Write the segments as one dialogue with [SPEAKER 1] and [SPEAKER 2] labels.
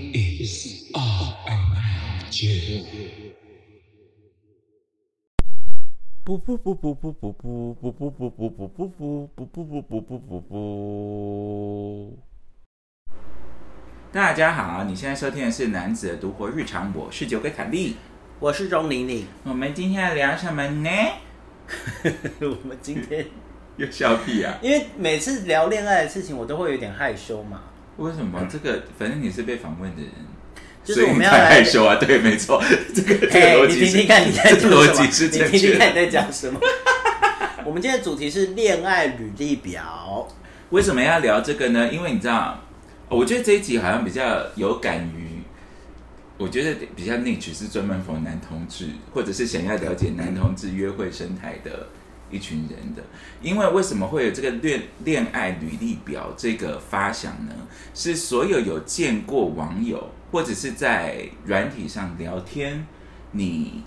[SPEAKER 1] is RMJ.
[SPEAKER 2] 不不不不不不不不不不不不不不不不不不不不不。大家好，你现在收听的是《男子的独活日常》，我是酒鬼凯莉。
[SPEAKER 3] 我是钟 玲玲，
[SPEAKER 2] 我们今天要聊什么呢？
[SPEAKER 3] 我们今天
[SPEAKER 2] 有笑屁啊！
[SPEAKER 3] 因为每次聊恋爱的事情，我都会有点害羞嘛，
[SPEAKER 2] 为什么这个？反正你是被访问的人，
[SPEAKER 3] 就是我们要
[SPEAKER 2] 所以你才
[SPEAKER 3] 来
[SPEAKER 2] 害羞啊。对，没错，这个这
[SPEAKER 3] 哎，
[SPEAKER 2] 个逻
[SPEAKER 3] 你
[SPEAKER 2] 辑
[SPEAKER 3] 听
[SPEAKER 2] 是，
[SPEAKER 3] 听看你在讲
[SPEAKER 2] 这个
[SPEAKER 3] 什么，
[SPEAKER 2] 逻辑是正
[SPEAKER 3] 你听
[SPEAKER 2] 确
[SPEAKER 3] 听看
[SPEAKER 2] 的。
[SPEAKER 3] 你在讲什么。 我们今天的主题是恋爱履历表，
[SPEAKER 2] 为什么要聊这个呢？因为你知道，我觉得这一集好像比较有感于，我觉得比较 niche 是专门 for 男同志，或者是想要了解男同志约会生态的一群人的。因为为什么会有这个恋恋爱履历表这个发想呢？是所有有见过网友或者是在软体上聊天，你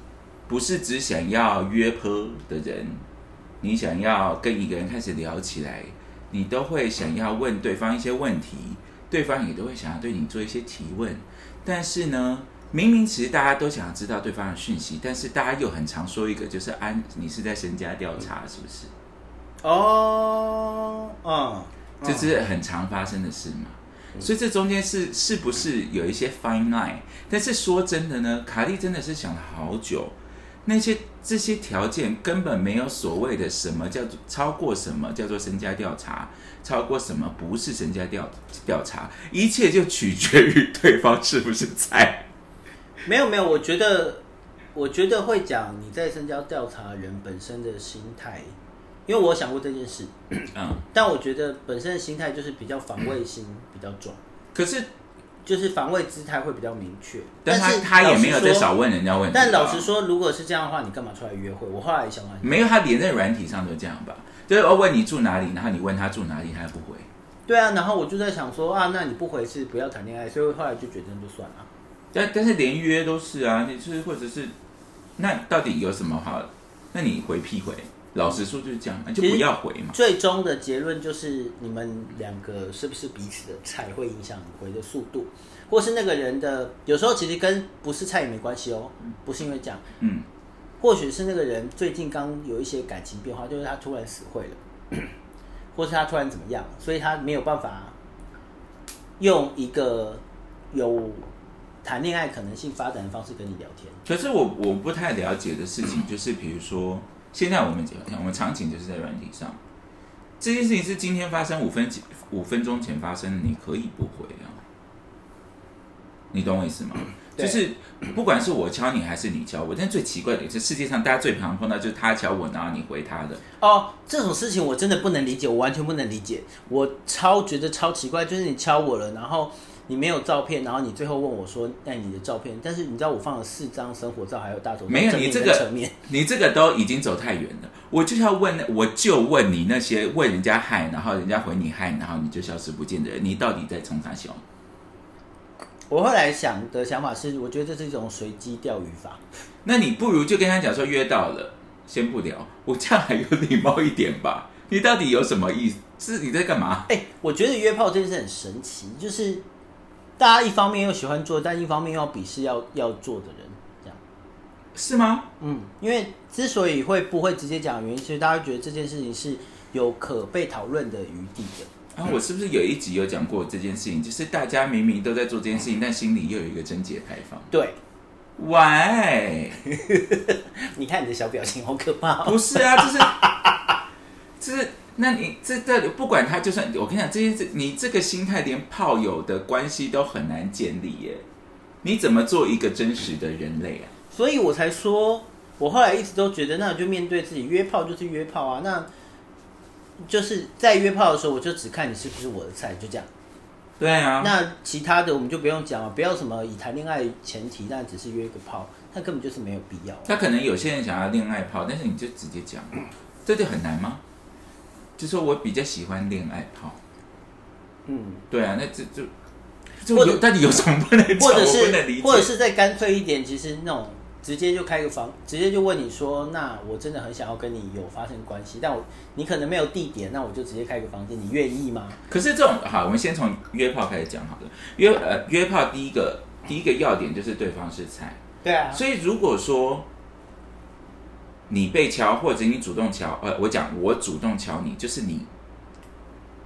[SPEAKER 2] 不是只想要约炮的人，你想要跟一个人开始聊起来，你都会想要问对方一些问题，对方也都会想要对你做一些提问。但是呢，明明其实大家都想要知道对方的讯息，但是大家又很常说一个就是安，你是在身家调查是不是？
[SPEAKER 3] 哦，嗯，
[SPEAKER 2] 这是很常发生的事嘛。所以这中间是是不是有一些 fine line？但是说真的呢，卡莉真的是想了好久，那些这些条件根本没有所谓的什么叫做超过什么叫做身家调查，超过什么不是身家调调查，一切就取决于对方是不是在。
[SPEAKER 3] 没有没有，我觉得我觉得会讲你在深交调查人本身的心态，因为我想过这件事，
[SPEAKER 2] 嗯，
[SPEAKER 3] 但我觉得本身的心态就是比较防卫心比较重。
[SPEAKER 2] 可是
[SPEAKER 3] 就是防卫姿态会比较明确，
[SPEAKER 2] 但他
[SPEAKER 3] 是
[SPEAKER 2] 他也没有在少
[SPEAKER 3] 少。
[SPEAKER 2] 问人家问题啊。
[SPEAKER 3] 但老实说，如果是这样的话，你干嘛出来约会？我后来想完，
[SPEAKER 2] 没有，他连在软体上都这样吧，就是哦问你住哪里，然后你问他住哪里，他还不回。
[SPEAKER 3] 对啊，然后我就在想说啊，那你不回是不要谈恋爱，所以后来就决定就算了。
[SPEAKER 2] 但但是连约都是啊，你就是或者是，那到底有什么好？那你回屁回，老实说就是这样，那就
[SPEAKER 3] 其实
[SPEAKER 2] 不要回嘛。
[SPEAKER 3] 最终的结论就是，你们两个是不是彼此的菜，会影响你回的速度，或是那个人的有时候其实跟不是菜也没关系哦，不是因为这样，
[SPEAKER 2] 嗯，
[SPEAKER 3] 或许是那个人最近刚有一些感情变化，就是他突然死会了，或是他突然怎么样，所以他没有办法用一个有谈恋爱可能性发展的方式跟你聊天。
[SPEAKER 2] 可是我我不太了解的事情就是，比如说现在我们我们场景就是在软体上，这件事情是今天发生五分几五分钟前发生的，你可以不回啊，你懂我意思吗？就
[SPEAKER 3] 嗯对
[SPEAKER 2] 是不管是我敲你还是你敲我，但最奇怪的是世界上大家最常碰到就是他敲我，然后你回他的。
[SPEAKER 3] 哦，这种事情我真的不能理解，我完全不能理解，我超觉得超奇怪，就是你敲我了，然后你没有照片，然后你最后问我说：“那你的照片？”但是你知道我放了四张生活照，还有大头照，
[SPEAKER 2] 没有
[SPEAKER 3] 正
[SPEAKER 2] 你
[SPEAKER 3] 面
[SPEAKER 2] 这
[SPEAKER 3] 跟
[SPEAKER 2] 个
[SPEAKER 3] 侧面，
[SPEAKER 2] 你这个都已经走太远了。我就要问，我就问你那些问人家嗨，然后人家回你嗨，然后你就消失不见的人，你到底在冲啥笑？
[SPEAKER 3] 我后来想的想法是，我觉得这是一种随机钓鱼法。
[SPEAKER 2] 那你不如就跟他讲说约到了，先不聊，我这样还有礼貌一点吧。 你到底有什么意思？是你在干嘛？
[SPEAKER 3] 哎、我觉得约炮这件事很神奇，就是大家一方面又喜欢做，但一方面又要鄙视要要做的人，这样。
[SPEAKER 2] 是吗？
[SPEAKER 3] 嗯，因为之所以会不会直接讲的原因，其实大家会觉得这件事情是有可被讨论的余地的。
[SPEAKER 2] 啊，我是不是有一集有讲过这件事情？就是大家明明都在做这件事情，但心里又有一个症结开放。
[SPEAKER 3] 对，
[SPEAKER 2] 喂，
[SPEAKER 3] 你看你的小表情好可怕、哦。
[SPEAKER 2] 不是啊，就是就是， 那你这这不管他，就算我跟你讲这件事，你这个心态连炮友的关系都很难建立耶。你怎么做一个真实的人类啊？
[SPEAKER 3] 所以我才说，我后来一直都觉得，那你就面对自己，约炮就是约炮啊。那就是在约炮的时候，我就只看你是不是我的菜，就这样。
[SPEAKER 2] 对啊，
[SPEAKER 3] 那其他的我们就不用讲了，不要什么以谈恋爱前提，那只是约个炮，那根本就是没有必要。
[SPEAKER 2] 他可能有些人想要恋爱炮，但是你就直接讲，这就很难吗？就说我比较喜欢恋爱炮，
[SPEAKER 3] 嗯，
[SPEAKER 2] 对啊，那这就就
[SPEAKER 3] 或者
[SPEAKER 2] 有到底有什么不能讲？
[SPEAKER 3] 或者
[SPEAKER 2] 我不能理
[SPEAKER 3] 是
[SPEAKER 2] 解，
[SPEAKER 3] 或者是再干脆一点，其实那种直接就开个房，直接就问你说，那我真的很想要跟你有发生关系，但我你可能没有地点，那我就直接开个房间，你愿意吗？
[SPEAKER 2] 可是这种好，我们先从约炮开始讲好了。约呃约炮第一个第一个要点就是对方是菜，
[SPEAKER 3] 对啊，
[SPEAKER 2] 所以如果说你被敲，或者你主动敲，呃，我讲我主动敲你，就是你。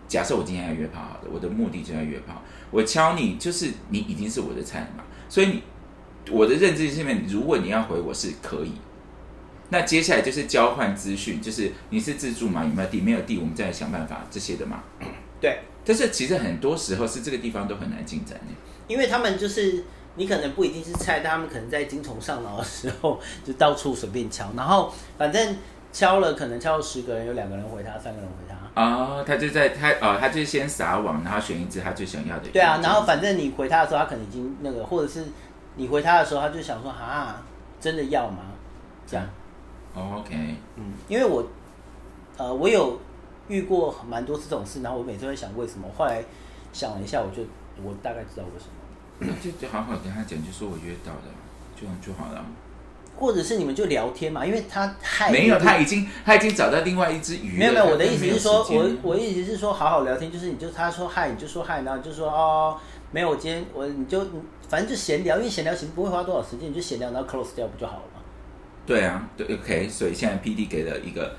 [SPEAKER 2] 假设我今天要约炮，好的，我的目的就要约炮，我敲你就是你已经是我的菜了嘛，所以你我的认知里面，如果你要回我是可以。那接下来就是交换资讯，就是你是自助吗？有没有地？没有地，我们再来想办法这些的嘛。
[SPEAKER 3] 对，
[SPEAKER 2] 但是其实很多时候是这个地方都很难进展欸的。
[SPEAKER 3] 因为他们就是你可能不一定是菜，但他们可能在精虫上脑的时候就到处随便敲，然后反正敲了可能敲了十个人，有两个人回他，三个人回他。
[SPEAKER 2] 啊、他就在他啊、他就先撒网，然后选一只他最想要的。
[SPEAKER 3] 对啊，然后反正你回他的时候，他可能已经那个，或者是你回他的时候，他就想说哈，真的要吗？这样，
[SPEAKER 2] 哦 OK，
[SPEAKER 3] 嗯，因为我呃，我有遇过蛮多次这种事，然后我每次会想为什么，后来想了一下，我就我大概知道为什么，
[SPEAKER 2] 那就就好好跟他讲，就说我约到了，这样就好了。
[SPEAKER 3] 或者是你们就聊天嘛，因为他害
[SPEAKER 2] 没有，他已经他已经找到另外一只鱼了。
[SPEAKER 3] 没有没有，
[SPEAKER 2] 他
[SPEAKER 3] 我的
[SPEAKER 2] 根
[SPEAKER 3] 意思
[SPEAKER 2] 本没有
[SPEAKER 3] 是说，
[SPEAKER 2] 时间
[SPEAKER 3] 我我的意思是说，好好聊天，就是你就他说嗨，你就说嗨，然后你就说哦，没有，我今天我你就反正就闲聊，因为闲聊其实不会花多少时间，你就闲聊，然后 close 掉不就好了嘛？
[SPEAKER 2] 对啊，对，OK，所以现在 PD 给了一个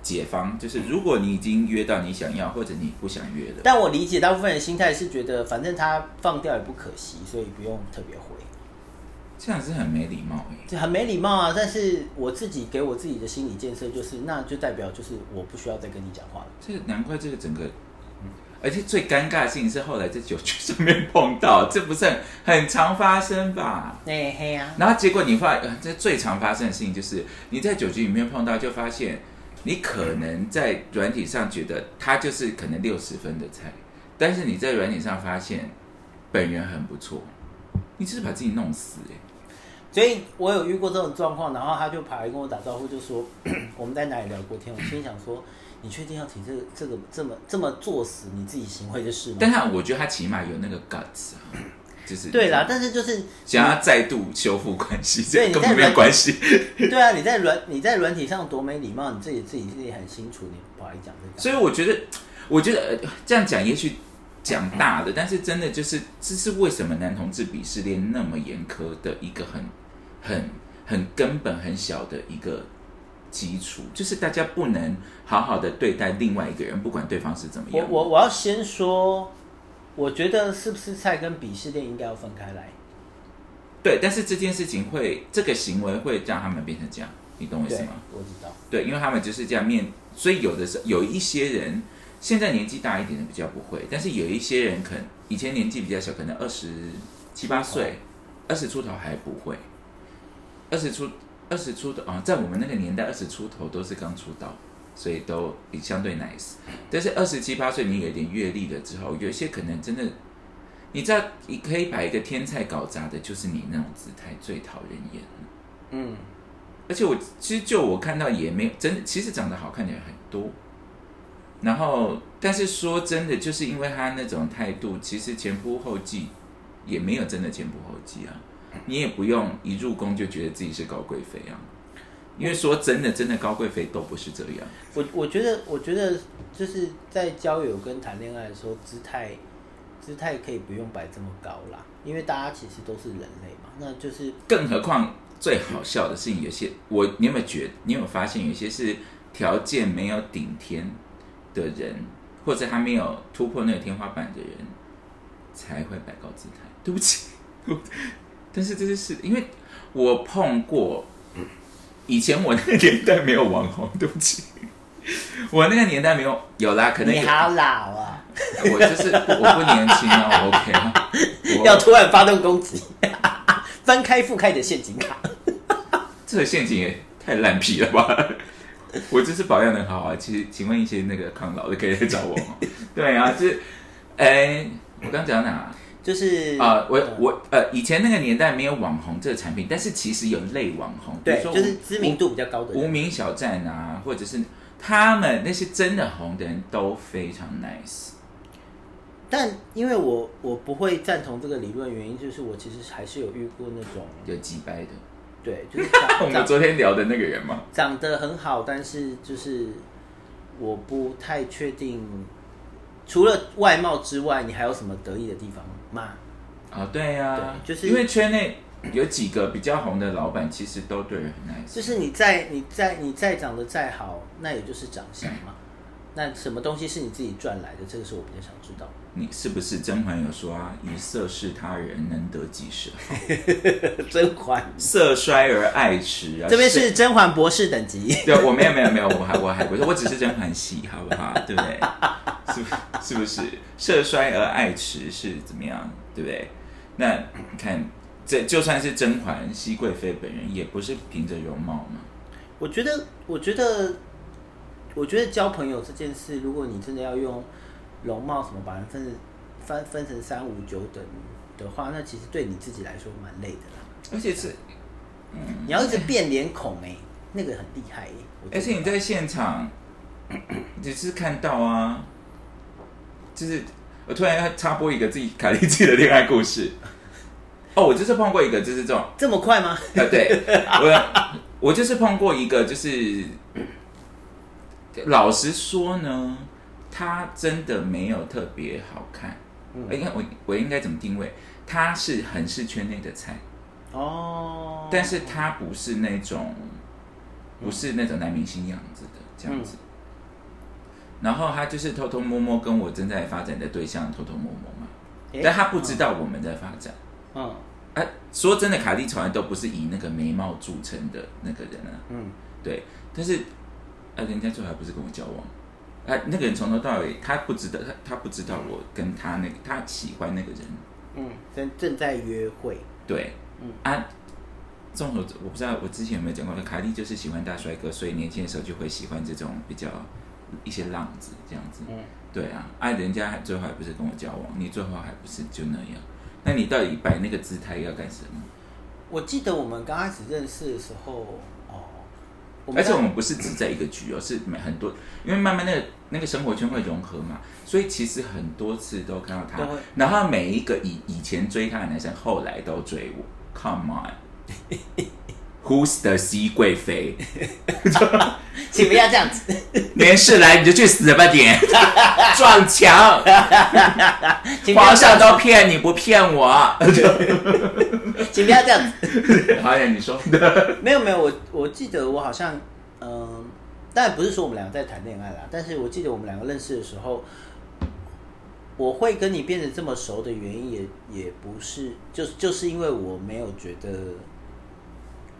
[SPEAKER 2] 解方，就是如果你已经约到你想要或者你不想约的，
[SPEAKER 3] 但我理解大部分人心态是觉得，反正他放掉也不可惜，所以不用特别回，
[SPEAKER 2] 这样是很没礼貌欸诶。
[SPEAKER 3] 这很没礼貌啊。但是我自己给我自己的心理建设就是，那就代表就是我不需要再跟你讲话了。
[SPEAKER 2] 这难怪这个整个，而且最尴尬的事情是后来在酒局上面碰到， 这不是很很常发生吧？
[SPEAKER 3] 那、嘿啊，
[SPEAKER 2] 然后结果你发，呃这最常发生的事情就是你在酒局里面碰到，就发现你可能在软体上觉得他就是可能六十分的菜，但是你在软体上发现本人很不错，你只是把自己弄死哎、
[SPEAKER 3] 所以我有遇过这种状况，然后他就跑来跟我打招呼，就说 我们在哪里聊过天。我心里想说，你确定要提这个这个这么这么作死你自己行为的事吗？
[SPEAKER 2] 但是我觉得他起码有那个 guts 啊，就是
[SPEAKER 3] 对啦，但是就是
[SPEAKER 2] 想要再度修复关系，这
[SPEAKER 3] 对你
[SPEAKER 2] 根本
[SPEAKER 3] 在
[SPEAKER 2] 没有关系。
[SPEAKER 3] 对啊，你在软你在软体上多没礼貌，你自己自己自己很清楚，你不好意思讲这个。
[SPEAKER 2] 所以我觉得，我觉得呃这样讲也许讲大了，但是真的就是，这是为什么男同志鄙视链那么严苛的一个很、很、很根本、很小的一个基础，就是大家不能好好的对待另外一个人，不管对方是怎么
[SPEAKER 3] 我
[SPEAKER 2] 样。
[SPEAKER 3] 我我要先说，我觉得是不是菜跟鄙视链应该要分开来？
[SPEAKER 2] 对，但是这件事情会，这个行为会让他们变成这样，你懂我意思吗？
[SPEAKER 3] 我知道。
[SPEAKER 2] 对，因为他们就是这样面，所以有的时候有一些人现在年纪大一点的比较不会，但是有一些人可能以前年纪比较小，可能二十七八岁，二十出头还不会，二十出二十出头啊、在我们那个年代，二十出头都是刚出道，所以都比相对 nice。但是二十七八岁你有一点阅历了之后，有一些可能真的。你知道，你可以把一个天才搞砸的，就是你那种姿态最讨人厌了。
[SPEAKER 3] 嗯，
[SPEAKER 2] 而且我其实就我看到也没有真的，其实长得好看的人很多。然后，但是说真的，就是因为他那种态度，其实前仆后继，也没有真的前仆后继啊。你也不用一入宫就觉得自己是高贵妃啊，因为说真的，真的高贵妃都不是这样。
[SPEAKER 3] 我我觉得我觉得就是在交友跟谈恋爱的时候，姿态姿态可以不用摆这么高啦，因为大家其实都是人类嘛，那就是
[SPEAKER 2] 更何况最好笑的事情，有些我你有没有觉你有没有发现，有些是条件没有顶天的人，或者还没有突破那个天花板的人，才会摆高姿态。对不起，我嗯但是这就是因为我碰过，以前我那个年代没有网红，对不起，我那个年代没有有啦，可能
[SPEAKER 3] 你
[SPEAKER 2] 有
[SPEAKER 3] 好 老啊，
[SPEAKER 2] 我就是我不年轻啊，我 OK 啊，我
[SPEAKER 3] 要突然发动攻击， 翻开覆开你的陷阱卡。
[SPEAKER 2] 这个陷阱也太烂皮了吧！ 我这是保养的很好啊，其实请问一些那个抗老的可以来找我吗？ 对啊，就是，哎、我刚讲到哪啊？
[SPEAKER 3] 就是
[SPEAKER 2] 啊我我呃，以前那个年代没有网红这个产品，但是其实有类网红，比如
[SPEAKER 3] 对，
[SPEAKER 2] 说
[SPEAKER 3] 就是
[SPEAKER 2] 无
[SPEAKER 3] 知名度比较高的
[SPEAKER 2] 无
[SPEAKER 3] 人，
[SPEAKER 2] 名小站啊，或者是他们那些真的红的人都非常 nice。
[SPEAKER 3] 但因为我我不会赞同这个理论，原因就是我其实还是有遇过那种
[SPEAKER 2] 有几百的，
[SPEAKER 3] 对，就是
[SPEAKER 2] 我们
[SPEAKER 3] 长 长
[SPEAKER 2] 昨天聊的那个人嘛，
[SPEAKER 3] 长得很好，但是就是我不太确定，除了外貌之外，你还有什么得意的地方吗？
[SPEAKER 2] 啊，对呀、
[SPEAKER 3] 对就是
[SPEAKER 2] 因为圈内有几个比较红的老板，其实都对人很 nice。
[SPEAKER 3] 就是你再你再你再长得再好，那也就是长相嘛。那什么东西是你自己赚来的？这个是我比较想知道 的。
[SPEAKER 2] 你是不是甄嬛有说啊？以色侍他人，能得几时好？
[SPEAKER 3] 甄嬛，
[SPEAKER 2] 色衰而爱弛啊！
[SPEAKER 3] 这边
[SPEAKER 2] 谁
[SPEAKER 3] 是甄嬛博士等级。
[SPEAKER 2] 对，我没有没有没有，我还我还不是，我只是甄嬛系，好不 好？对不对？是不是不是色衰而爱弛是怎么样？对不对？那你看，这就算是甄嬛熹贵妃本人，也不是凭着容貌嘛。
[SPEAKER 3] 我觉得，我觉得，我觉得交朋友这件事，如果你真的要用容貌什么把人分成分分成三五九等的话，那其实对你自己来说蛮累的啦。
[SPEAKER 2] 而且是，
[SPEAKER 3] 你要一直变脸孔哎、那个很厉害哎、我觉得
[SPEAKER 2] 而且你在现场，只是看到啊，就是我突然要插播一个自己凯莉自己的恋爱故事。哦，我就是碰过一个，就是这种
[SPEAKER 3] 这么快吗？
[SPEAKER 2] 啊，对我我就是碰过一个，就是老实说呢，她真的没有特别好看。
[SPEAKER 3] 嗯
[SPEAKER 2] 应该我我应该怎么定位？她是很是圈内的菜，
[SPEAKER 3] 哦，
[SPEAKER 2] 但是她不是那种不是那种男明星样子的这样子。然后她就是偷偷摸摸跟我正在发展的对象偷偷摸摸嘛，
[SPEAKER 3] 诶
[SPEAKER 2] 但她不知道我们在发展。
[SPEAKER 3] 嗯
[SPEAKER 2] 哎、说真的，卡莉从来都不是以那个眉毛著称的那个人啊。
[SPEAKER 3] 嗯，
[SPEAKER 2] 对，但是啊，人家最后还不是跟我交往。啊，那个人从头到尾，他不知道，他他不知道我跟他那个，他喜欢那个人，
[SPEAKER 3] 嗯，正正在约会，
[SPEAKER 2] 对，
[SPEAKER 3] 嗯
[SPEAKER 2] 啊，众所我不知道，我之前有没有讲过，卡莉就是喜欢大帅哥，所以年轻的时候就会喜欢这种比较一些浪子这样子，
[SPEAKER 3] 嗯，
[SPEAKER 2] 对啊，啊，人家还最后还不是跟我交往，你最后还不是就那样，那你到底摆那个姿态要干什么？
[SPEAKER 3] 我记得我们刚开始认识的时候，哦，我
[SPEAKER 2] 而
[SPEAKER 3] 们
[SPEAKER 2] 且我们不是只在一个局哦，是每很多，因为慢慢那个那个生活圈会融合嘛，所以其实很多次都看到他
[SPEAKER 3] 都会，
[SPEAKER 2] 然后每一个以以前追他的男生，后来都追我，Come on，Who's the C 贵妃？
[SPEAKER 3] 请不要这 样子，
[SPEAKER 2] 没事来你就去死吧点，撞墙，
[SPEAKER 3] 请不要
[SPEAKER 2] 皇
[SPEAKER 3] 这
[SPEAKER 2] 上
[SPEAKER 3] 样子，
[SPEAKER 2] 都骗你不骗 我，
[SPEAKER 3] 请不要这样子。
[SPEAKER 2] 好呀，你说，
[SPEAKER 3] 没有没有，我我记得我好像，嗯、当然不是说我们两个在谈恋爱啦，但是我记得我们两个认识的时候，我会跟你变得这么熟的原因也也不是，就是就是因为我没有觉得，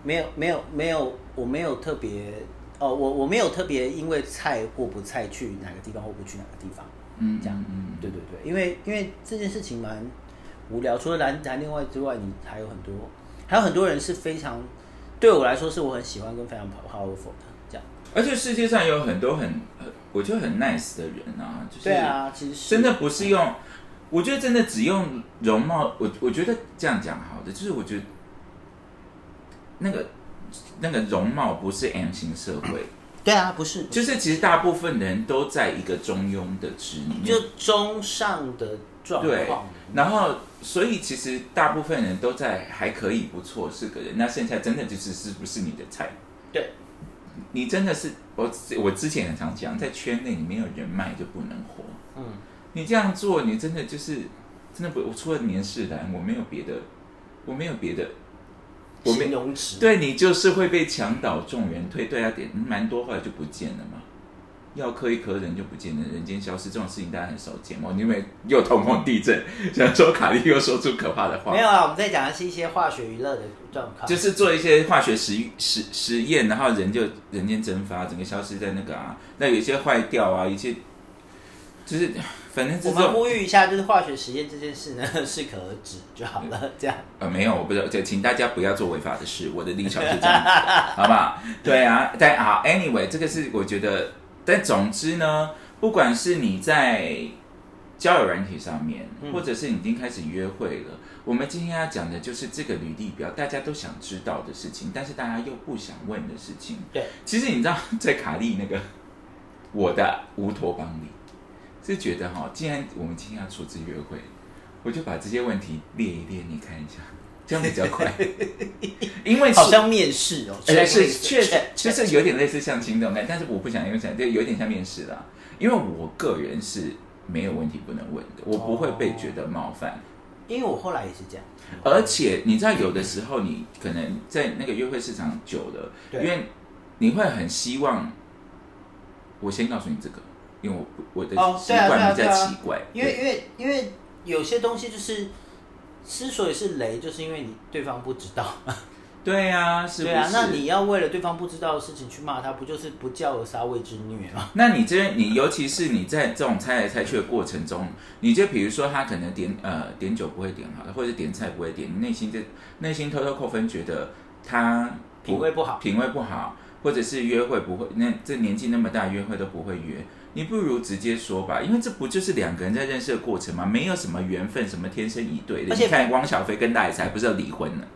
[SPEAKER 3] 没有没有没有，我没有特别，哦，我我没有特别因为菜或不菜去哪个地方或不去哪个地方，
[SPEAKER 2] 嗯，
[SPEAKER 3] 这样
[SPEAKER 2] 嗯，
[SPEAKER 3] 对对对，因为因为这件事情蛮无聊，除了谈谈恋爱之外，你还有很多，还有很多人是非常对我来说是我很喜欢跟非常 powerful 的这样。
[SPEAKER 2] 而且世界上有很多很，很我觉得很 nice 的人啊，就是
[SPEAKER 3] 对啊，其实是
[SPEAKER 2] 真的不是用，我觉得真的只用容貌，我我觉得这样讲好的，就是我觉得那个那个容貌不是 M 型社会，
[SPEAKER 3] 对啊，不是
[SPEAKER 2] 就是其实大部分人都在一个中庸的值里面
[SPEAKER 3] 就，中上的状
[SPEAKER 2] 对
[SPEAKER 3] 况。，
[SPEAKER 2] 然后所以其实大部分人都在还可以不错是个人，那剩下真的就是是不是你的菜，
[SPEAKER 3] 对，
[SPEAKER 2] 你真的是我我之前很常讲，在圈内你没有人脉就不能活，
[SPEAKER 3] 嗯，
[SPEAKER 2] 你这样做，你真的就是真的不，我除了年世兰，我没有别的，我没有别的，我
[SPEAKER 3] 形
[SPEAKER 2] 没
[SPEAKER 3] 容词。
[SPEAKER 2] 对你就是会被墙倒众人推，对啊，点蛮多后来就不见了嘛。要磕一磕人就不见了，人间消失这种事情大家很少见嘛。因为又通风地 震，想说卡莉又说出可怕的话，
[SPEAKER 3] 没有啊，我们在讲的是一些化学娱乐的状况。
[SPEAKER 2] 就是做一些化学实实实验，然后人就人间蒸发，整个消失在那个啊。那有一些坏掉啊，有一些就是反正这
[SPEAKER 3] 我
[SPEAKER 2] 种
[SPEAKER 3] 们呼吁一下，就是化学实验这件事呢， 适可而止就好了。这样，
[SPEAKER 2] 呃，没有，我不知道，就请大家不要做违法的事，我的立场是这样子的，好不好？对啊，但好，anyway，这个是我觉得，但总之呢，不管是你在交友软体上面，
[SPEAKER 3] 嗯
[SPEAKER 2] 或者是你已经开始约会了，我们今天要讲的就是这个履历表，大家都想知道的事情，但是大家又不想问的事情。
[SPEAKER 3] 对，
[SPEAKER 2] 其实你知道，在卡利那个 我的乌托邦里，是觉得哈，既然我们今天要出资约会，我就把这些问题列一列，你看一下，这样比较 快。因为是
[SPEAKER 3] 好像面试哦，
[SPEAKER 2] 哎，是确实就
[SPEAKER 3] 实，
[SPEAKER 2] 是有点类似相亲这种感觉，但是我不想用相，就有点像面试啦。
[SPEAKER 3] 哦
[SPEAKER 2] 因为我个人是没有问题不能问的，我不会被觉得冒犯。
[SPEAKER 3] 因为我后来也是这样，
[SPEAKER 2] 而且你知道，有的时候你可能在那个约会市场久了，因
[SPEAKER 3] 对
[SPEAKER 2] 为你会很希望。我先告诉你这个，因为我我的
[SPEAKER 3] 哦
[SPEAKER 2] 习
[SPEAKER 3] 对啊
[SPEAKER 2] 惯比
[SPEAKER 3] 对啊
[SPEAKER 2] 较
[SPEAKER 3] 对啊
[SPEAKER 2] 奇怪，
[SPEAKER 3] 因为因为因为有些东西就是之所以是雷，就是因为你对方不知道。
[SPEAKER 2] 对呀、是不
[SPEAKER 3] 对
[SPEAKER 2] 是？
[SPEAKER 3] 啊，那你要为了对方不知道的事情去骂他，不就是不教而杀谓之虐吗？
[SPEAKER 2] 那你这你尤其是你在这种猜来猜去的过程中，你就比如说他可能点呃点酒不会点好，或者点菜不会点，你内心就内心偷偷扣分，觉得他不
[SPEAKER 3] 品味不好，
[SPEAKER 2] 品味不好，或者是约会不会，那这年纪那么大约会都不会约，你不如直接说吧，因为这不就是两个人在认识的过程吗？没有什么缘分，什么天生一对的。
[SPEAKER 3] 而且
[SPEAKER 2] 你看汪小菲跟大野才不是要离婚了？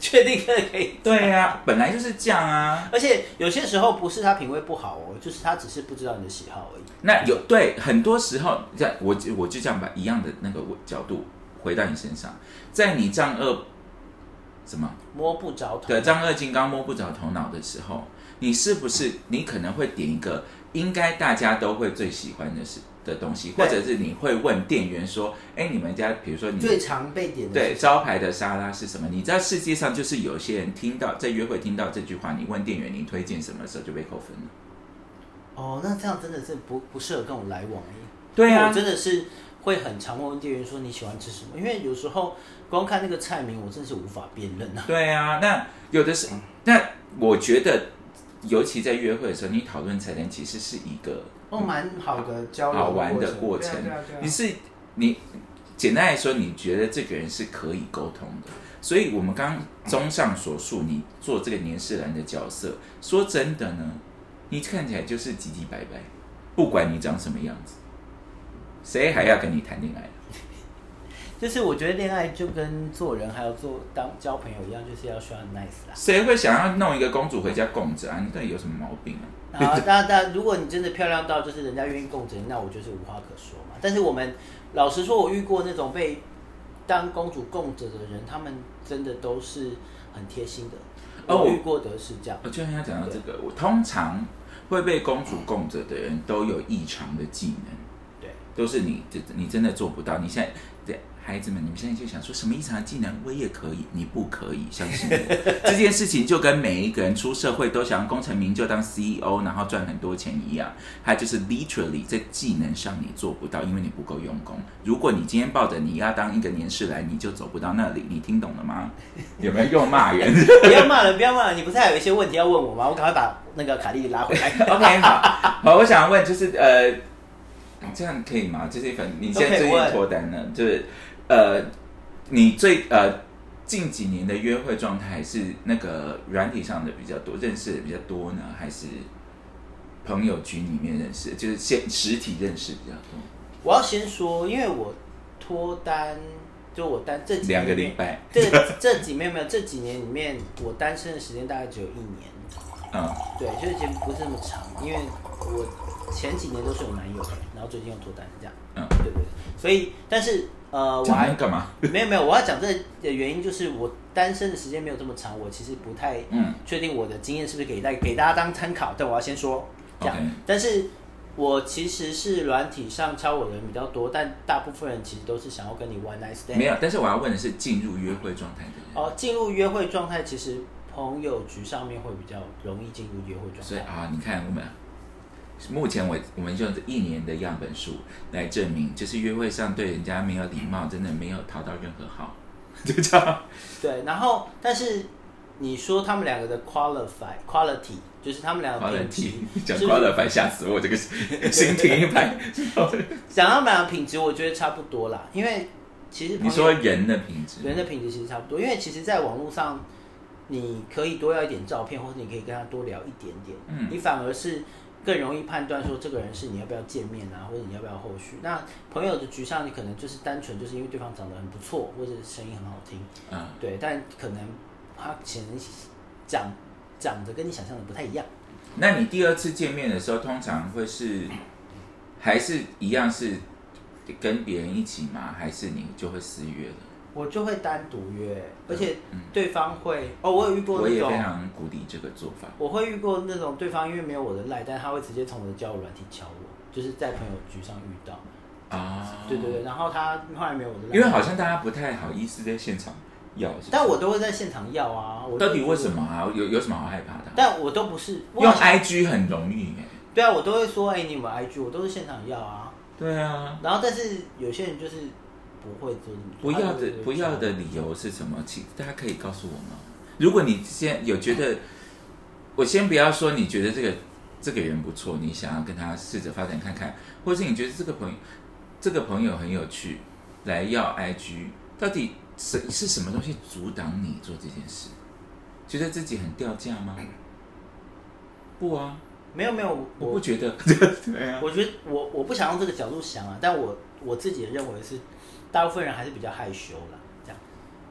[SPEAKER 3] 确定可以。
[SPEAKER 2] 对呀、本来就是这样啊。
[SPEAKER 3] 而且有些时候不是他品味不好哦，就是他只是不知道你的喜好而已。
[SPEAKER 2] 那有对很多时候，在我就我就这样把一样的那个角度回到你身上，在你丈二什么
[SPEAKER 3] 摸不着头
[SPEAKER 2] 对丈二金刚摸不着头脑的时候，你是不是你可能会点一个应该大家都会最喜欢的是的东西，
[SPEAKER 3] 对
[SPEAKER 2] 或者是你会问店员说，哎，你们家比如说你
[SPEAKER 3] 最常被点的
[SPEAKER 2] 对
[SPEAKER 3] 是
[SPEAKER 2] 招牌的沙拉是什么？你知道世界上就是有些人听到在约会听到这句话，你问店员你推荐什么的时候就被扣分了。
[SPEAKER 3] 哦，那这样真的是不不适合跟我来往哎。
[SPEAKER 2] 对啊
[SPEAKER 3] 我，真的是会很常问店员说你喜欢吃什么，因为有时候光看那个菜名，我真是无法辨认啊。
[SPEAKER 2] 对啊，那有的
[SPEAKER 3] 嗯
[SPEAKER 2] 是，那我觉得，尤其在约会的时候，你讨论菜单其实是一个
[SPEAKER 3] 哦，蛮好的交流
[SPEAKER 2] 好玩的
[SPEAKER 3] 过
[SPEAKER 2] 过程。
[SPEAKER 3] 对啊对啊
[SPEAKER 2] 你
[SPEAKER 3] 对啊
[SPEAKER 2] 是你简单来说，你觉得这个人是可以沟通的。所以我们刚刚综上所述，你做这个年世兰的角色，说真的呢，你看起来就是唧唧白白，不管你长什么样子，谁还要跟你谈恋爱？
[SPEAKER 3] 就是我觉得恋爱就跟做人还有做当交朋友一样，就是要需要 nice 啦。
[SPEAKER 2] 谁会想要弄一个公主回家供着啊？你到底有什么毛病啊？
[SPEAKER 3] 然后，那那如果你真的漂亮到就是人家愿意供着你，那我就是无话可说嘛。但是我们老实说，我遇过那种被当公主供着的人，他们真的都是很贴心的。
[SPEAKER 2] 哦
[SPEAKER 3] 我遇过的是这样，
[SPEAKER 2] 我就要讲到这个，我通常会被公主供着的人都有异常的技能，
[SPEAKER 3] 对，
[SPEAKER 2] 都是你这你真的做不到。你现在对孩子们，你们现在就想说什么异常的技能，我也可以，你不可以，相信我。这件事情就跟每一个人出社会都想要功成名就当 CEO，然后赚很多钱一样，他就是 literally 在技能上你做不到，因为你不够用功。如果你今天抱着你要当一个年事来，你就走不到那里，你听懂了吗？有没有又骂人？
[SPEAKER 3] 不要骂人，不要骂人，你不是还有一些问题要问我吗？我赶快把那个卡莉拉回来。
[SPEAKER 2] OK，好，好，我想问就是呃，这样可以吗？就是反正你现在最
[SPEAKER 3] 都可以
[SPEAKER 2] 近
[SPEAKER 3] 问
[SPEAKER 2] 脱单了，就是呃，你最呃近几年的约会状态是那个软体上的比较多，认识的比较多呢，还是朋友局里面认识的，就是现实体认识比较多？
[SPEAKER 3] 我要先说，因为我脱单，就我单这几
[SPEAKER 2] 两
[SPEAKER 3] 年
[SPEAKER 2] 个礼拜，
[SPEAKER 3] 这这几年没有，这几年里面我单身的时间大概只有一年。
[SPEAKER 2] 嗯，
[SPEAKER 3] 对，就是已经不是那么长，因为我前几年都是有男友的，然后最近又脱单这样。
[SPEAKER 2] 嗯
[SPEAKER 3] 对对对，所以但是呃，我
[SPEAKER 2] 讲
[SPEAKER 3] 还
[SPEAKER 2] 那干嘛？
[SPEAKER 3] 没有没有，我要讲这的原因就是我单身的时间没有这么长，我其实不太
[SPEAKER 2] 嗯，
[SPEAKER 3] 确定我的经验是不是给大给大家当参考，但我要先说这样
[SPEAKER 2] OK
[SPEAKER 3] 但是我其实是软体上敲我的人比较多，但大部分人其实都是想要跟你 one night stand。
[SPEAKER 2] 没有，但是我要问的是进入约会状态的人，
[SPEAKER 3] 哦，进入约会状态，其实朋友局上面会比较容易进入约会状态。
[SPEAKER 2] 所以啊，你看我们目前我我们用这一年的样本数来证明，就是约会上对人家没有礼貌，真的没有讨到任何好， 就这样。
[SPEAKER 3] 对，然后但是你说他们两个的 qualify quality，就是他们两
[SPEAKER 2] 花
[SPEAKER 3] 个
[SPEAKER 2] 了
[SPEAKER 3] 品质
[SPEAKER 2] 题， 讲
[SPEAKER 3] 是
[SPEAKER 2] 花了白吓死我，这个心停一拍。
[SPEAKER 3] 讲到们两个品质，我觉得差不多啦，因为其实朋
[SPEAKER 2] 你
[SPEAKER 3] 友
[SPEAKER 2] 说人的品质，
[SPEAKER 3] 人的品质其实差不多，因为其实在网络上你可以多要一点照片，或者你可以跟他多聊一点点，
[SPEAKER 2] 嗯
[SPEAKER 3] 你反而是。更容易判断说这个人是你要不要见面啊，或者你要不要后续。那朋友的局上，你可能就是单纯就是因为对方长得很不错，或者声音很好听，
[SPEAKER 2] 啊，
[SPEAKER 3] 对，但可能他显然长长得跟你想象的不太一样。
[SPEAKER 2] 那你第二次见面的时候，通常会是还是一样是跟别人一起吗？还是你就会私约了？
[SPEAKER 3] 我就会单独约，而且对方会哦，我有遇过
[SPEAKER 2] 嗯我
[SPEAKER 3] 那
[SPEAKER 2] 也非
[SPEAKER 3] 种，
[SPEAKER 2] 常鼓励这个做法。
[SPEAKER 3] 我会遇过那种对方因为没有我的赖，但他会直接从我的交友软体敲我，就是在朋友局上遇到，
[SPEAKER 2] 啊，
[SPEAKER 3] 对对对，然后他后来没有我的赖，
[SPEAKER 2] 因为好像大家不太好意思在现场要，是不是
[SPEAKER 3] 但我都会在现场要啊。我
[SPEAKER 2] 到底为什？么啊？有有什么好害怕的啊、
[SPEAKER 3] 但我都不是我
[SPEAKER 2] 用
[SPEAKER 3] 好像
[SPEAKER 2] IG 很容易哎、
[SPEAKER 3] 对啊，我都会说，哎、你有没有 IG？我都是现场要啊。
[SPEAKER 2] 对啊，
[SPEAKER 3] 然后，但是有些人就是不会做这
[SPEAKER 2] 不
[SPEAKER 3] 么
[SPEAKER 2] 要的不要的，理由是什么？请大家可以告诉我吗？如果你现在有觉得，我先不要说你觉得这个这个人不错，你想要跟他试着发展看看，或是你觉得这个朋友这个朋友很有趣，来要 IG，到底是是什么东西阻挡你做这件事？觉得自己很掉价吗？不啊，
[SPEAKER 3] 没有没有，
[SPEAKER 2] 我
[SPEAKER 3] 我
[SPEAKER 2] 不觉得。 对啊，
[SPEAKER 3] 我觉得我我不想用这个角度想啊，但我我自己认为是，大部分人还是比较害羞啦，这样。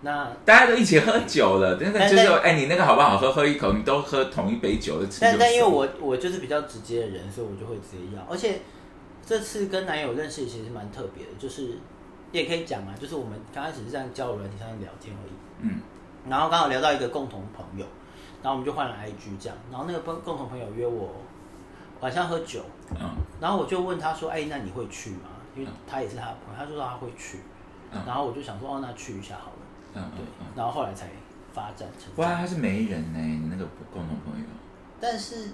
[SPEAKER 3] 那
[SPEAKER 2] 大家都一起喝酒了，真的
[SPEAKER 3] 但
[SPEAKER 2] 就是
[SPEAKER 3] 但
[SPEAKER 2] 哎，你那个好不好喝？喝一口，你都喝同一杯酒，吃
[SPEAKER 3] 但
[SPEAKER 2] 就
[SPEAKER 3] 但因为
[SPEAKER 2] 爽
[SPEAKER 3] 我我就是比较直接的人，所以我就会直接要。而且这次跟男友认识其实蛮特别的，就是也可以讲啊，就是我们刚开始是在交友软体上面聊天而已，
[SPEAKER 2] 嗯
[SPEAKER 3] 然后刚好聊到一个共同朋友，然后我们就换了 IG 这样，然后那个共共同朋友约我晚上喝酒，
[SPEAKER 2] 嗯
[SPEAKER 3] 然后我就问他说：“哎、那你会去吗？”因为他也是他的朋友，他说他会去，
[SPEAKER 2] 嗯
[SPEAKER 3] 然后我就想说：“哦，那去一下好了。
[SPEAKER 2] 嗯”嗯
[SPEAKER 3] 对
[SPEAKER 2] 嗯，，
[SPEAKER 3] 然后后来才发展成这
[SPEAKER 2] 哇，
[SPEAKER 3] 样。
[SPEAKER 2] 他是媒人呢，你那个共同朋友。
[SPEAKER 3] 但是，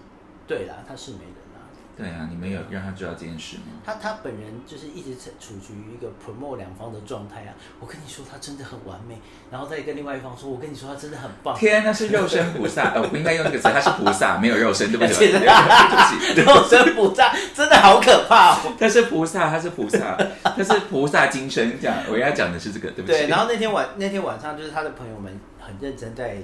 [SPEAKER 3] 对啦，他是没人啦，
[SPEAKER 2] 对啊，你们有让他知道这件事吗？
[SPEAKER 3] 他他本人就是一直处处于一个 promote 两方的状态啊。我跟你说，他真的很完美，然后再跟另外一方说：“我跟你说，他真的很棒。”
[SPEAKER 2] 哦 天，那是肉身菩萨，呃，我不应该用这个词，他是菩萨，没有肉身，对不起，
[SPEAKER 3] 而且
[SPEAKER 2] 对不起对不起，
[SPEAKER 3] 肉身不炸，真的好可怕哦！
[SPEAKER 2] 他是菩萨，他是菩萨，他是菩萨金身，这样，我要讲的是这个，对不起。
[SPEAKER 3] 对，然后那天晚那天晚上，就是他的朋友们很认真在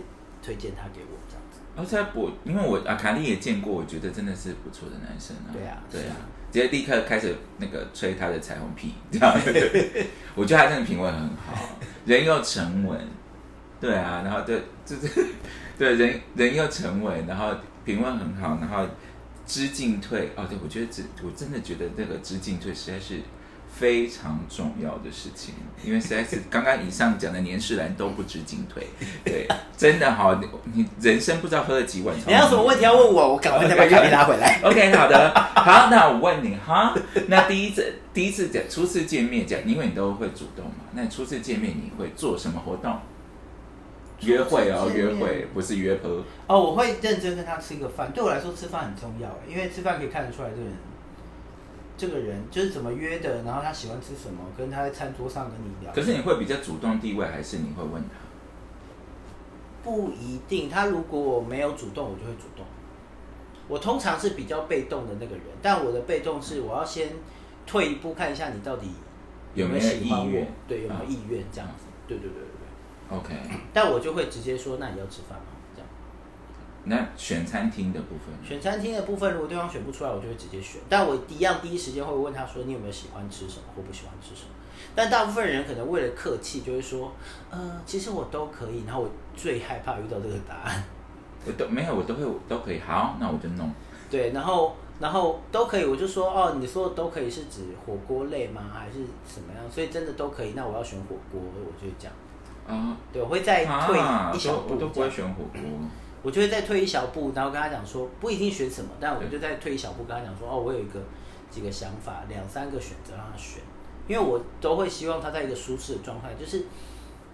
[SPEAKER 3] 推荐他给我这样子。
[SPEAKER 2] 而且我因为我啊卡莉也见过，我觉得真的是不错的男生啊。
[SPEAKER 3] 对啊
[SPEAKER 2] 对
[SPEAKER 3] 是
[SPEAKER 2] 啊
[SPEAKER 3] 啊，
[SPEAKER 2] 直接立刻开始那个吹他的彩虹屁，这样。对 我觉得他真的品味很好，人又沉稳，对啊，然后对就是对人人又沉稳，然后品味很好，然后知进退哦，对我觉得知我真的觉得这个知进退实在是。非常重要的事情，因为实在是刚刚以上讲的年世兰都不知进 退，对，真的好，你你人生不知道喝了几碗。
[SPEAKER 3] 你还有什么问题要问我？我赶快再把卡莉拉回来。
[SPEAKER 2] OK，好的，好，那我问你哈，那第一次第一次讲初次见面讲，因为你都会主动嘛，那你初次见面你会做什么活动？约会哦
[SPEAKER 3] 初，次见
[SPEAKER 2] 约
[SPEAKER 3] 面
[SPEAKER 2] 会不是约喝，
[SPEAKER 3] 哦，我会认真跟他吃个饭。对我来说，吃饭很重要，欸因为吃饭可以看得出来这个人，这个人就是怎么约的，然后他喜欢吃什么，跟他在餐桌上跟你聊。
[SPEAKER 2] 可是你会比较主动地位，还是你会问他？
[SPEAKER 3] 不一定，他如果没有主动，我就会主动。我通常是比较被动的那个人，但我的被动是我要先退一步看一下你到底
[SPEAKER 2] 有没
[SPEAKER 3] 没
[SPEAKER 2] 有
[SPEAKER 3] 有喜欢
[SPEAKER 2] 意愿
[SPEAKER 3] 我，对，有没有
[SPEAKER 2] 嗯
[SPEAKER 3] 意愿这样子。对对对对对。
[SPEAKER 2] OK，
[SPEAKER 3] 但我就会直接说，那你要吃饭吗？这样。
[SPEAKER 2] 那选餐厅的部分呢，
[SPEAKER 3] 选餐厅的部分，如果对方选不出来，我就会直接选。但我一样第一时间会问他说：“你有没有喜欢吃什么或不喜欢吃什么？”但大部分人可能为了客气，就会说：“呃，其实我都可以。”然后我最害怕遇到这个答案。
[SPEAKER 2] 我都没有，我都会我都可以。好，那我就弄。
[SPEAKER 3] 对，然后然后都可以，我就说：“哦，你说的都可以是指火锅类吗？还是什么样？”所以真的都可以。那我要选火锅，我就这样。
[SPEAKER 2] 啊
[SPEAKER 3] 对，我会再退
[SPEAKER 2] 啊，
[SPEAKER 3] 一小
[SPEAKER 2] 都
[SPEAKER 3] 步，
[SPEAKER 2] 我都不
[SPEAKER 3] 这
[SPEAKER 2] 会
[SPEAKER 3] 样嗯
[SPEAKER 2] 选火锅。
[SPEAKER 3] 我就会再退一小步，然后跟他讲说不一定选什么，但我就再退一小步跟他讲说哦，我有一个几个想法，两三个选择让他选，因为我都会希望他在一个舒适的状态，就是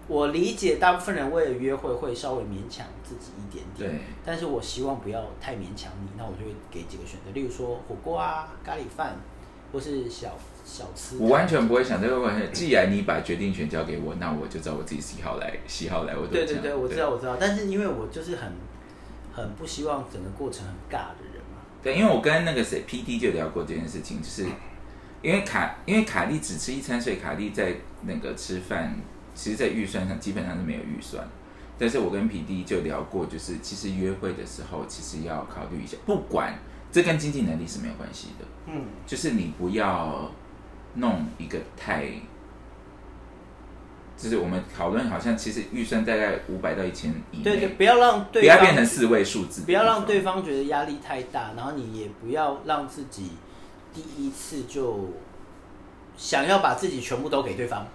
[SPEAKER 3] 我理解大部分人为了约会会稍微勉强自己一点点，
[SPEAKER 2] 对，
[SPEAKER 3] 但是我希望不要太勉强你，那我就会给几个选择，例如说火锅啊、咖喱饭，或是小小吃，
[SPEAKER 2] 我完全不会想这个问题。既然你把决定权交给我，那我就照我自己喜好来，喜好来，我都
[SPEAKER 3] 对
[SPEAKER 2] 这
[SPEAKER 3] 对
[SPEAKER 2] 样
[SPEAKER 3] 对，我知道。我知道，但是因为我就是很很不希望整个过程很尬的人嘛，
[SPEAKER 2] 对，因为我跟那个谁 P D 就聊过这件事情，就是因为卡，因为卡莉只吃一餐，所以卡莉在那个吃饭，其实在预算上基本上是没有预算。但是我跟 P D 就聊过，就是其实约会的时候，其实要考虑一下，不管这跟经济能力是没有关系的，
[SPEAKER 3] 嗯。
[SPEAKER 2] 就是你不要弄一个太，就是我们讨论好像其实预算大概五百到一千以内，
[SPEAKER 3] 对对，不要让对
[SPEAKER 2] 不
[SPEAKER 3] 方
[SPEAKER 2] 要变成四位数字，
[SPEAKER 3] 不要让对方觉得压力太大，然后你也不要让自己第一次就想要把自己全部都给对方。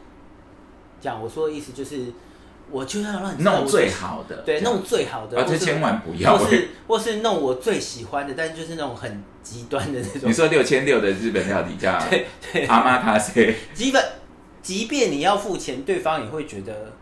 [SPEAKER 3] 这样我说的意思就是，我就要让你知道
[SPEAKER 2] 弄
[SPEAKER 3] 我
[SPEAKER 2] 最好的，
[SPEAKER 3] 对
[SPEAKER 2] 这样
[SPEAKER 3] 弄最好的，
[SPEAKER 2] 啊，
[SPEAKER 3] 或
[SPEAKER 2] 这
[SPEAKER 3] 是
[SPEAKER 2] 千万不要欸
[SPEAKER 3] 或。是或是弄我最喜欢的，但是就是那种很极端的那种
[SPEAKER 2] 你。说六千六的日本料理叫
[SPEAKER 3] 对对，
[SPEAKER 2] 阿妈卡塞，
[SPEAKER 3] 基本即便你要付钱，对方也会觉得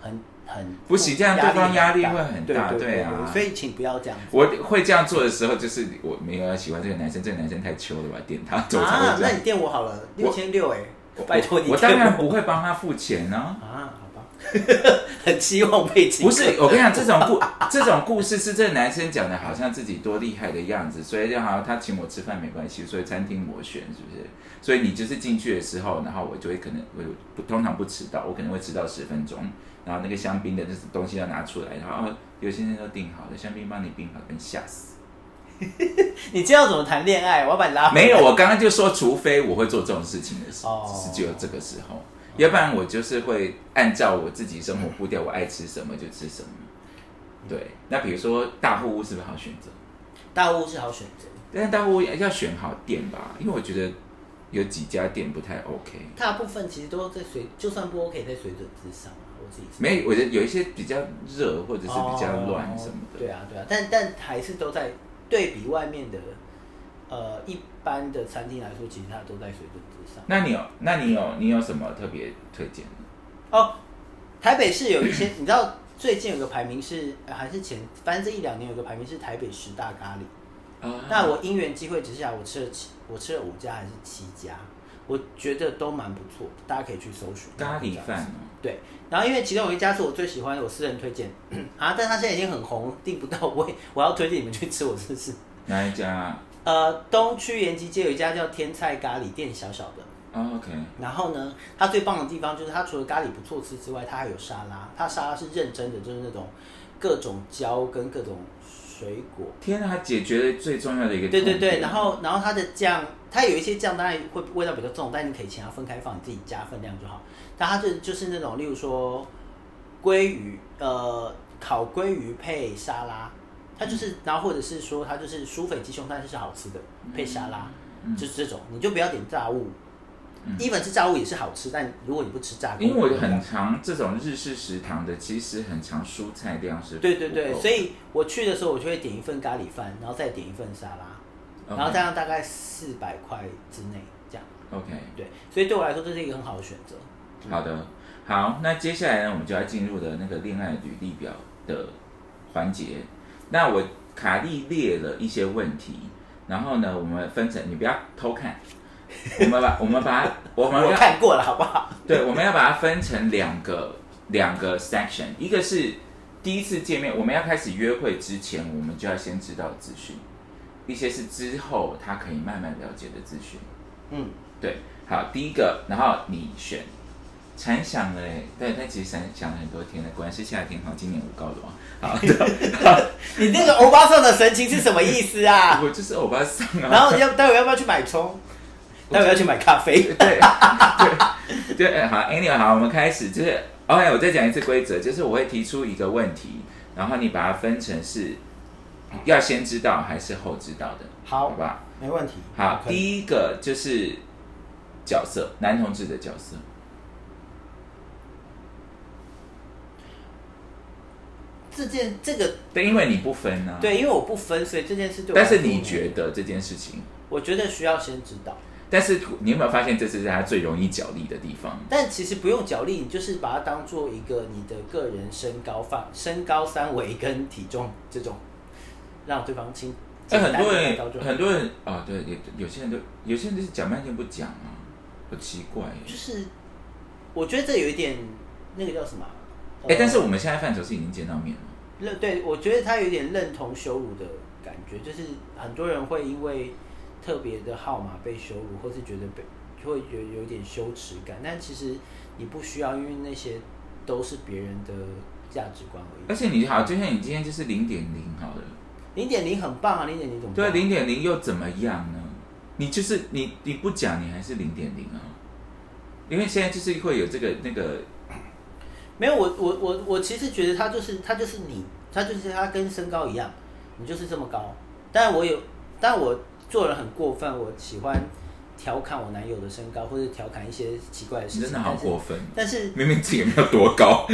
[SPEAKER 3] 很很
[SPEAKER 2] 不行这样对方
[SPEAKER 3] 压
[SPEAKER 2] 压力会很大
[SPEAKER 3] 对
[SPEAKER 2] 对啊
[SPEAKER 3] 所以请不要这样子。
[SPEAKER 2] 我会这样做的时候，就是我没有要喜欢这个男生，这个男生太秋了吧，点他走才
[SPEAKER 3] 啊
[SPEAKER 2] 会，这
[SPEAKER 3] 那
[SPEAKER 2] 样
[SPEAKER 3] 你。垫我好了，
[SPEAKER 2] 我
[SPEAKER 3] 六千六哎
[SPEAKER 2] 我，
[SPEAKER 3] 拜托你
[SPEAKER 2] 我
[SPEAKER 3] 垫
[SPEAKER 2] 当然不会帮他付钱啊。
[SPEAKER 3] 啊，好吧， 很期望被请
[SPEAKER 2] 不
[SPEAKER 3] 客。
[SPEAKER 2] 是，我跟你讲，这种故 这种故事是这个男生讲的，好像自己多厉害的样子，所以就好像他请我吃饭没关系，所以餐厅我选，是不是？所以你就是进去的时候，然后我就会可能我不通常不迟到，我可能会迟到十分钟，然后那个香槟的那东西要拿出来，然后哦，有些人都订好了，香槟帮你订好，跟吓死。
[SPEAKER 3] 你这样怎么谈恋爱？我要把你拉回 来
[SPEAKER 2] 没有，我刚刚就说，除非我会做这种事情的时
[SPEAKER 3] 哦
[SPEAKER 2] 候，是只有这个时候，要不然我就是会按照我自己生活步调，我爱吃什么就吃什么。对，那比如说大户屋是不是好选择？
[SPEAKER 3] 大屋是好选择，
[SPEAKER 2] 但是大户屋要选好店吧，因为我觉得有几家店不太 OK。
[SPEAKER 3] 大部分其实都在水，就算不 OK，也在水准之上啊。我自己是
[SPEAKER 2] 没，我觉得有一些比较热或者是比较乱什么
[SPEAKER 3] 哦
[SPEAKER 2] 的。
[SPEAKER 3] 对啊，对啊，但但还是都在对比外面的，呃，一般的餐厅来说，其实它都在水准之上。
[SPEAKER 2] 那你有，那你有，你有什么特别推荐的？
[SPEAKER 3] 哦，台北市有一些， 你知道最近有个排名是、呃还是前，反正这一两年有个排名是台北十大咖喱。
[SPEAKER 2] 啊
[SPEAKER 3] 那我因缘机会之下，我吃了七，我吃了五家还是七家，我觉得都蛮不错，大家可以去搜寻
[SPEAKER 2] 咖喱饭。哦，
[SPEAKER 3] 对，然后因为其中有一家是我最喜欢的，我私人推荐 啊，但它现在已经很红，订不到位，我要推荐你们去吃，我试试。
[SPEAKER 2] 哪一家啊、
[SPEAKER 3] 呃，东区延吉街有一家叫天菜咖喱店，小小的。
[SPEAKER 2] 哦、？OK，
[SPEAKER 3] 然后呢，它最棒的地方就是它除了咖喱不错吃之外，它还有沙拉。它沙拉是认真的，就是那种各种椒跟各种水果。
[SPEAKER 2] 天啊，它解决了最重要的一个
[SPEAKER 3] 对对
[SPEAKER 2] 痛
[SPEAKER 3] 对，
[SPEAKER 2] 点
[SPEAKER 3] 然后然后它的酱，它有一些酱当然会味道比较重，但你可以请它分开放，你自己加分量就好。但它这就是那种，例如说鲑鱼，呃，烤鲑鱼配沙拉，它
[SPEAKER 2] 嗯
[SPEAKER 3] 就是，然后或者是说它就是酥肥鸡胸蛋是好吃的，配沙拉，
[SPEAKER 2] 嗯
[SPEAKER 3] 就是这种，你就不要点炸物。
[SPEAKER 2] 嗯
[SPEAKER 3] even 是炸物也是好吃，但如果你不吃炸锅，
[SPEAKER 2] 因为我很常这种日式食堂的，其实很常蔬菜量是
[SPEAKER 3] 对对对，所
[SPEAKER 2] 以
[SPEAKER 3] 以我去的时候我就会点一份咖喱饭，然后再点一份沙拉，然后这样大概四百块之内这样。
[SPEAKER 2] OK，
[SPEAKER 3] 对，所以对我来说这是一个很好的选择。
[SPEAKER 2] 好的，好，那接下来呢，我们就要进入的那个恋爱履历表的环节。那我卡莉列了一些问题，然后呢，我们分成，你不要偷看，我们把我们 把它，我们
[SPEAKER 3] 我
[SPEAKER 2] 要
[SPEAKER 3] 看过了，好不好？
[SPEAKER 2] 对，我们要把它分成两个两个 section，一个是第一次见面，我们要开始约会之前，我们就要先知道的资讯，一些是之后他可以慢慢了解的资讯。
[SPEAKER 3] 嗯，
[SPEAKER 2] 对，好，第一个，然后你选，禅想了嘞，对，但其实禅想了很多天了，果然是夏天哈，今年我高楼啊，好的，
[SPEAKER 3] 你那个欧巴桑的神情是什么意思 啊？
[SPEAKER 2] 我就是欧巴桑啊，
[SPEAKER 3] 然后要待会要不要去买葱？待会要去买咖啡？
[SPEAKER 2] 对对对，好，Anyway，好，我们开始，就是 OK，我再讲一次规则，就是我会提出一个问题，然后你把它分成是要先知道还是后知道的，
[SPEAKER 3] 好
[SPEAKER 2] 好吧？
[SPEAKER 3] 没问题。
[SPEAKER 2] 好，
[SPEAKER 3] 可以
[SPEAKER 2] 第一个就是角色，男同志的角色，
[SPEAKER 3] 这件这个
[SPEAKER 2] 对，因为你不分啊，，
[SPEAKER 3] 对，因为我不分，所以这件事对我来
[SPEAKER 2] 但
[SPEAKER 3] 说。
[SPEAKER 2] 是你觉？得这件事情。
[SPEAKER 3] 我觉得需要先知道，
[SPEAKER 2] 但是你有没有发现，这是他最容易角力的地方？
[SPEAKER 3] 但其实不用角力，你就是把它当做一个你的个人身高范、身高三围跟体重这种，让对方清。
[SPEAKER 2] 哎，很多
[SPEAKER 3] 简单地看到就
[SPEAKER 2] 人，
[SPEAKER 3] 好
[SPEAKER 2] 很多人啊、对，有有些人都，有些人就是讲半天不讲啊，好奇怪啊耶。
[SPEAKER 3] 就是我觉得这有一点那个叫什么啊？
[SPEAKER 2] 哎、但是我们现在范畴是已经见到面了，
[SPEAKER 3] 认对我觉得他有点认同羞辱的感觉，就是很多人会因为特别的号码被羞辱，或是觉得被就会觉得有点羞耻感，但其实你不需要，因为那些都是别人的价值观而
[SPEAKER 2] 而且你好，就像你今天就是零点零好了，
[SPEAKER 3] 已。零点零很棒啊，零点零怎么
[SPEAKER 2] 对啊，
[SPEAKER 3] 办
[SPEAKER 2] 零点零又怎么样呢？你就是你你不讲，你还是零点零啊，因为现在就是会有这个那个，
[SPEAKER 3] 没有，我我我我其实觉得他就是他就是你，他就是他跟身高一样，你就是这么高。但我有，但我做人很过分，我喜欢调侃我男友的身高，或者调侃一些奇怪的事
[SPEAKER 2] 你
[SPEAKER 3] 情。
[SPEAKER 2] 真的好
[SPEAKER 3] 但是
[SPEAKER 2] 过分，啊
[SPEAKER 3] 但是
[SPEAKER 2] 明明自己也没有多高，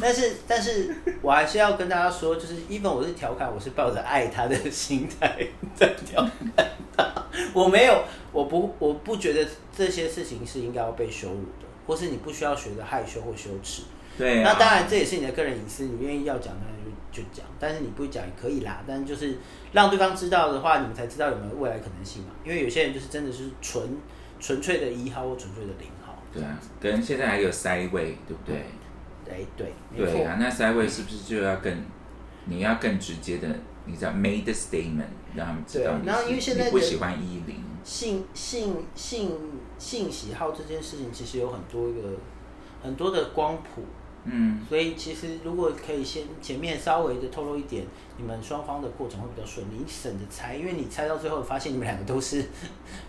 [SPEAKER 3] 但是但是我还是要跟大家说，就是 even 我是调侃，我是抱着爱他的心态在调侃他，我没有，我不我不觉得这些事情是应该要被羞辱的，或是你不需要学的害羞或羞耻。
[SPEAKER 2] 对、啊，
[SPEAKER 3] 那当然，这也是你的个人隐私，你愿意要讲，那就就讲。但是你不讲也可以啦，但是就是让对方知道的话，你们才知道有没有未来可能性嘛。因为有些人就是真的是纯纯粹的一号或纯粹的零号。
[SPEAKER 2] 对啊，跟现在还有塞位，对不对？
[SPEAKER 3] 哎，对，没
[SPEAKER 2] 对
[SPEAKER 3] 错，
[SPEAKER 2] 啊，那塞位是不是就要更，你要更直接的，你知道 made a statement，让他们知道
[SPEAKER 3] 对
[SPEAKER 2] 你
[SPEAKER 3] 然后
[SPEAKER 2] 是
[SPEAKER 3] 因为现在
[SPEAKER 2] 你不
[SPEAKER 3] 人
[SPEAKER 2] 喜欢一零，
[SPEAKER 3] 性性性性喜好这件事情，其实有很多一个很多的光谱，
[SPEAKER 2] 嗯，
[SPEAKER 3] 所以其实如果可以先前面稍微的透露一点，你们双方的过程会比较顺利，你省着猜，因为你猜到最后发现你们两个都是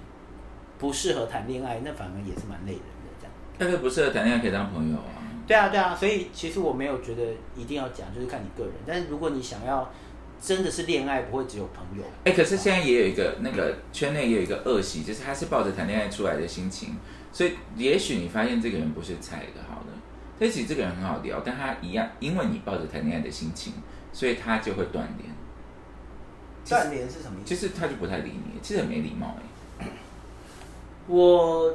[SPEAKER 3] 不适合谈恋爱，那反而也是蛮累人的这样。
[SPEAKER 2] 但是不适合谈恋爱可以当朋友啊，
[SPEAKER 3] 对啊，对啊，所以其实我没有觉得一定要讲，就是看你个人。但是如果你想要真的是恋爱，不会只有朋友。
[SPEAKER 2] 哎、可是现在也有一个那个圈内也有一个恶习，就是他是抱着谈恋爱出来的心情，所以也许你发现这个人不是菜的，好了，但其实这个人很好聊，但他一样因为你抱着谈恋爱的心情，所以他就会断联，其实
[SPEAKER 3] 断联是什么意
[SPEAKER 2] 就
[SPEAKER 3] 思？
[SPEAKER 2] 是他就不太理你，其实很没礼貌哎、
[SPEAKER 3] 我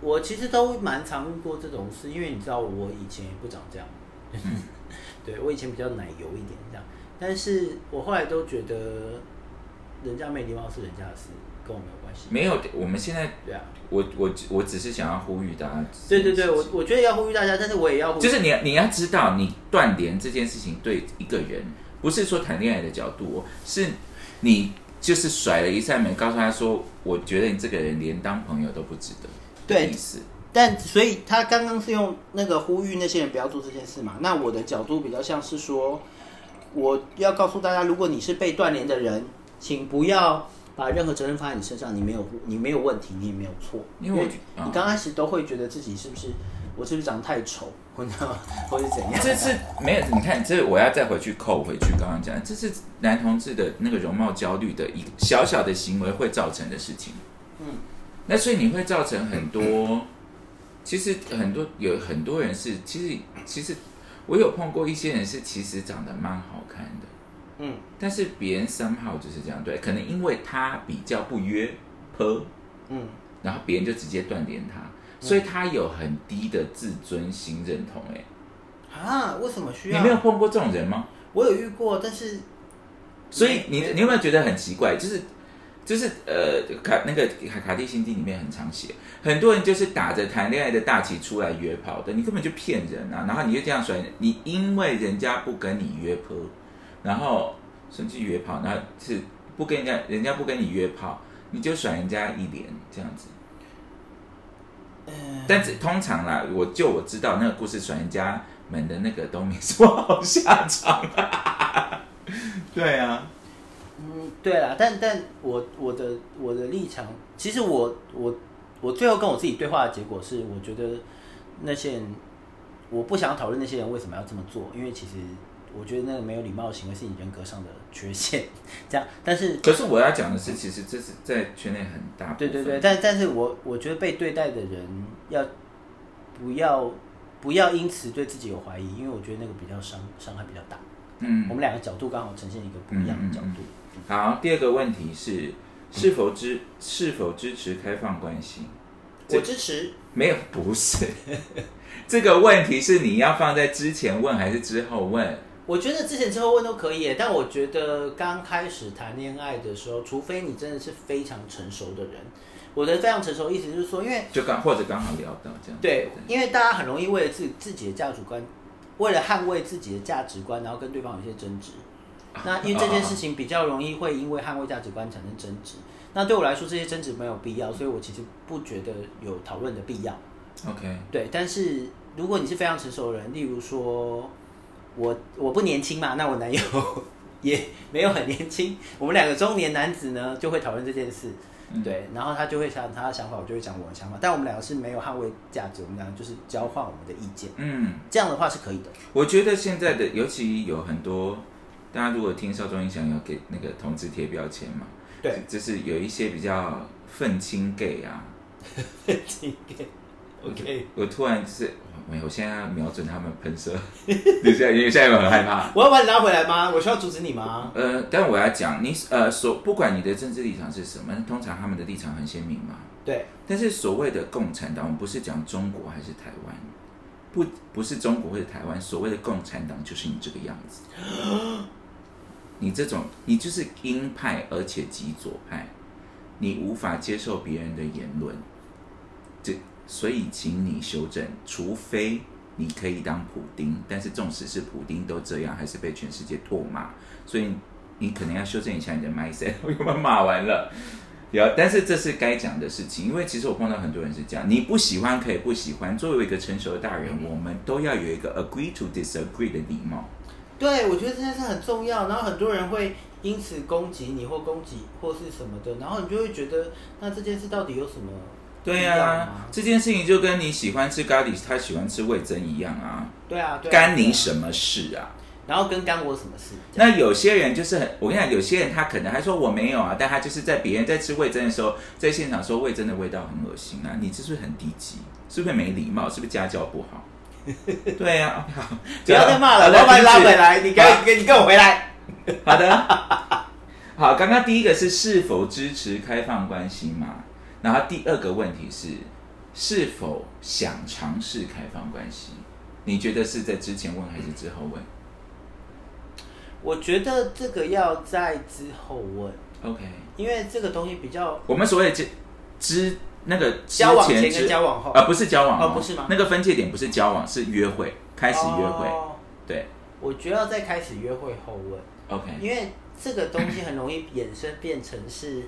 [SPEAKER 3] 我其实都蛮常遇过这种事，因为你知道我以前也不长 这样，对我以前比较奶油一点这样，但是我后来都觉得人家没礼貌是人家的事，跟我没有关系。
[SPEAKER 2] 没有，我们现在
[SPEAKER 3] 对啊，
[SPEAKER 2] 我我我只是想要呼吁大家，
[SPEAKER 3] 对对对，我我觉得要呼吁大家，但是我也要呼吁，
[SPEAKER 2] 就是你你要知道，你断联这件事情对一个人，不是说谈恋爱的角度、哦，是你就是甩了一扇门，告诉他说，我觉得你这个人连当朋友都不值得，
[SPEAKER 3] 对
[SPEAKER 2] 的意思，
[SPEAKER 3] 但所以他刚刚是用那个呼吁那些人不要做这件事嘛。那我的角度比较像是说，我要告诉大家，如果你是被断联的人，请不要把任何责任放在你身上，你没有你没有问题，你也没有错，
[SPEAKER 2] 因为我觉
[SPEAKER 3] 你刚开始都会觉得自己是不是我是不是长得太丑，或者 或是怎样？
[SPEAKER 2] 这是没有，你看，这我要再回去扣回去刚刚讲的，这是男同志的那个容貌焦虑的一个小小的行为会造成的事情。
[SPEAKER 3] 嗯，
[SPEAKER 2] 那所以你会造成很多，其实很多有很多人是，其实其实我有碰过一些人是其实长得蛮好看的，
[SPEAKER 3] 嗯，
[SPEAKER 2] 但是别人三号就是这样对，可能因为他比较不约泼，
[SPEAKER 3] 嗯，
[SPEAKER 2] 然后别人就直接断联他，所以他有很低的自尊心认同、欸。
[SPEAKER 3] 啊，为什么需
[SPEAKER 2] 你
[SPEAKER 3] 要？
[SPEAKER 2] 没有碰过这种人吗？
[SPEAKER 3] 我有遇过，但是
[SPEAKER 2] 所以你
[SPEAKER 3] 没有
[SPEAKER 2] 你有没有觉得很奇怪？就是就是呃卡那个卡卡蒂心经里面很常写，很多人就是打着谈恋爱的大旗出来约炮的，你根本就骗人啊！然后你就这样甩，你因为人家不跟你约炮，然后甚至约炮，然后是不跟人家人家不跟你约炮，你就甩人家一脸这样 子。
[SPEAKER 3] 呃
[SPEAKER 2] 但是通常啦，我就我知道那个故事甩人家们的那个都没什么好下场、对啊，
[SPEAKER 3] 嗯，对啦，但但我我的我的立场，其实我我我最后跟我自己对话的结果是，我觉得那些人，我不想讨论那些人为什么要这么做，因为其实我觉得那个没有礼貌的行为是你人格上的缺陷，这样。但是，
[SPEAKER 2] 可是我要讲的是，其实这是在圈内很大部
[SPEAKER 3] 对
[SPEAKER 2] 分
[SPEAKER 3] 对对，但但是我我觉得被对待的人要不要不要因此对自己有怀疑，因为我觉得那个比较伤伤害比较大。我
[SPEAKER 2] 嗯，
[SPEAKER 3] 们两个角度刚好呈现一个不一样的角度。
[SPEAKER 2] 好，第二个问题是是否支是否支持开放关系？
[SPEAKER 3] 我支持，
[SPEAKER 2] 没有，不是。 这个问题是你要放在之前问还是之后问？
[SPEAKER 3] 我觉得之前之后问都可以耶，但我觉得刚开始谈恋爱的时候，除非你真的是非常成熟的人，我的非常成熟意思就是说，因为
[SPEAKER 2] 就刚或者刚好聊到这样。
[SPEAKER 3] 对，因为大家很容易为了自自己的价值观，为了捍卫自己的价值观，然后跟对方有一些争执。那因为这件事情比较容易会因为捍卫价值观产生争执。那对我来说，这些争执没有必要，所以我其实不觉得有讨论的必要。
[SPEAKER 2] OK，
[SPEAKER 3] 对，但是如果你是非常成熟的人，例如说我我不年轻嘛，那我男友 也没有很年轻，我们两个中年男子呢就会讨论这件事，
[SPEAKER 2] 嗯
[SPEAKER 3] 对，然后他就会讲他的想法，我就会讲我的想法，但我们两个是没有捍卫价值，我们两个就是交换我们的意见，
[SPEAKER 2] 嗯，
[SPEAKER 3] 这样的话是可以的。
[SPEAKER 2] 我觉得现在的，尤其有很多，大家如果听少中音响，有给那个同志贴标签嘛，
[SPEAKER 3] 对，
[SPEAKER 2] 就是有一些比较愤青 gay 啊，
[SPEAKER 3] OK，
[SPEAKER 2] 我突然是没有，我现在要瞄准他们喷射， 你现在因为现在我很害怕。
[SPEAKER 3] 我要把你拉回来吗？我需要阻止你吗？
[SPEAKER 2] 呃，但我要讲，你呃所不管你的政治立场是什么，通常他们的立场很鲜明嘛。
[SPEAKER 3] 对，
[SPEAKER 2] 但是所谓的共产党，我们不是讲中国还是台湾，不不是中国或者台湾，所谓的共产党就是你这个样子， 你这种你就是鹰派，而且极左派，你无法接受别人的言论，这所以请你修正，除非。你可以当普丁，但是纵使是普丁都这样，还是被全世界唾骂，所以你可能要修正一下你的 mindset。我 又把骂完了。有，但是这是该讲的事情，因为其实我碰到很多人是这样，你不喜欢可以不喜欢，作为一个成熟的大人，我们都要有一个 agree to disagree 的礼貌。
[SPEAKER 3] 对，我觉得这件事很重要。然后很多人会因此攻击你，或攻击或是什么的，然后你就会觉得，那这件事到底有什么？
[SPEAKER 2] 对
[SPEAKER 3] 一
[SPEAKER 2] 呀、
[SPEAKER 3] 样啊
[SPEAKER 2] 这件事情就跟你喜欢吃咖喱，他喜欢吃味增一样啊，
[SPEAKER 3] 对啊，对啊
[SPEAKER 2] 干你
[SPEAKER 3] 对
[SPEAKER 2] 什
[SPEAKER 3] 啊
[SPEAKER 2] 么事啊？
[SPEAKER 3] 然后跟干我什么事？这样
[SPEAKER 2] 那有些人就是很，我跟你讲，有些人他可能还说我没有啊，但他就是在别人在吃味增的时候，在现场说味增的味道很恶心啊，你这是不是很低级？是不是没礼貌？是不是家教不 好？对啊呀、好，
[SPEAKER 3] 不要再骂了，
[SPEAKER 2] 好
[SPEAKER 3] 我
[SPEAKER 2] 的
[SPEAKER 3] 要把你拉
[SPEAKER 2] 停止
[SPEAKER 3] 回来，你
[SPEAKER 2] 好
[SPEAKER 3] 跟跟你跟我回来。
[SPEAKER 2] 好的， 好，刚刚第一个是是否支持开放关系嘛，然后第二个问题是是否想尝试开放关系？你觉得是在之前问还是之后问
[SPEAKER 3] 我觉得这个要在之后问，
[SPEAKER 2] ？OK，
[SPEAKER 3] 因为这个东西比较
[SPEAKER 2] 我们所谓之之那个之
[SPEAKER 3] 交往前
[SPEAKER 2] 前
[SPEAKER 3] 跟
[SPEAKER 2] 之
[SPEAKER 3] 交往后
[SPEAKER 2] 呃，不是交往
[SPEAKER 3] 哦不是吗
[SPEAKER 2] 那个分界点不是交往，是约会，开始约会，
[SPEAKER 3] 哦
[SPEAKER 2] 对
[SPEAKER 3] 我觉得要在开始约会后问，
[SPEAKER 2] ，OK，
[SPEAKER 3] 因为这个东西很容易衍生 变成是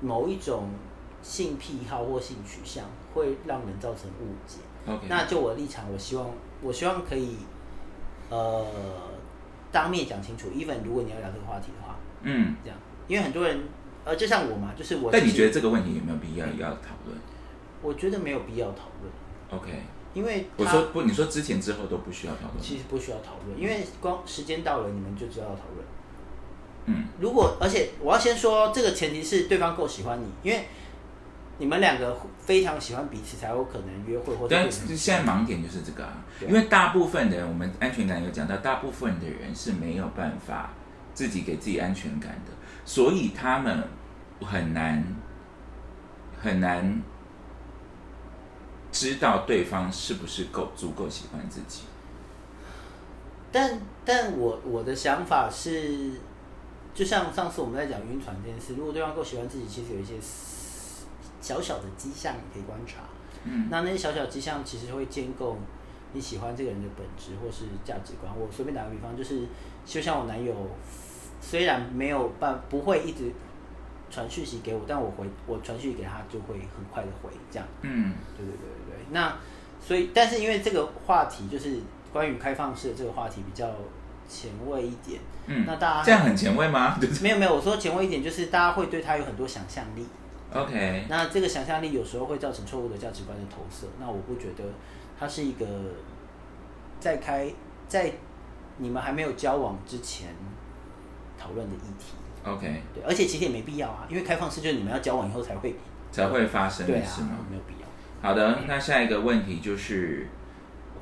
[SPEAKER 3] 某一种性癖好或性取向，会让人造成误解。
[SPEAKER 2] OK，
[SPEAKER 3] 那就我的立场，我希望我希望可以呃当面讲清楚。even 如果你要聊这个话题的话，
[SPEAKER 2] 嗯，
[SPEAKER 3] 这样，因为很多人呃，就像我嘛，就是我。
[SPEAKER 2] 但你觉得？这个问题有没有必要要讨论
[SPEAKER 3] 我觉得没有必要讨论，
[SPEAKER 2] ？OK，
[SPEAKER 3] 因为
[SPEAKER 2] 我
[SPEAKER 3] 他
[SPEAKER 2] 说不，你说之前之后都不需要讨论，
[SPEAKER 3] 其实不需要讨论，因为光时间到了，你们就知道要讨论。
[SPEAKER 2] 嗯
[SPEAKER 3] 如果而且我要先说，这个前提是对方够喜欢你，因为你们两个非常喜欢彼此，才有可能约会或者
[SPEAKER 2] 但
[SPEAKER 3] 变成
[SPEAKER 2] 是现在盲点就是这个啊，
[SPEAKER 3] 对
[SPEAKER 2] 因为大部分的人，我们安全感有讲到，大部分的人是没有办法自己给自己安全感的，所以他们很难很难知道对方是不是够足够喜欢自己。
[SPEAKER 3] 但但我我的想法是，就像上次我们在讲晕船这件事，如果对方够喜欢自己，其实有一些小小的迹象你可以观察。
[SPEAKER 2] 嗯，
[SPEAKER 3] 那那些小小迹象其实会建构你喜欢这个人的本质或是价值观。我随便打个比方，就是就像我男友，虽然没有办不会一直传讯息给我，但我回我传讯息给他就会很快的回，这样。
[SPEAKER 2] 嗯，
[SPEAKER 3] 对对对对对。那所以，但是因为这个话题就是关于开放式的这个话题比较前卫一点，
[SPEAKER 2] 嗯
[SPEAKER 3] 那大家
[SPEAKER 2] 这样很前卫吗？ 就是
[SPEAKER 3] 没有没有，我说前卫一点就是大家会对他有很多想象力，
[SPEAKER 2] OK，
[SPEAKER 3] 那这个想象力有时候会造成错误的价值观的投射。那我不觉得它是一个在开在你们还没有交往之前讨论的议题。
[SPEAKER 2] OK，
[SPEAKER 3] 对，而且其实也没必要啊，因为开放式就是你们要交往以后才会，
[SPEAKER 2] 才会发生
[SPEAKER 3] 对
[SPEAKER 2] 的
[SPEAKER 3] 啊
[SPEAKER 2] 事吗？，
[SPEAKER 3] 没有必要。
[SPEAKER 2] 好的，那下一个问题就是，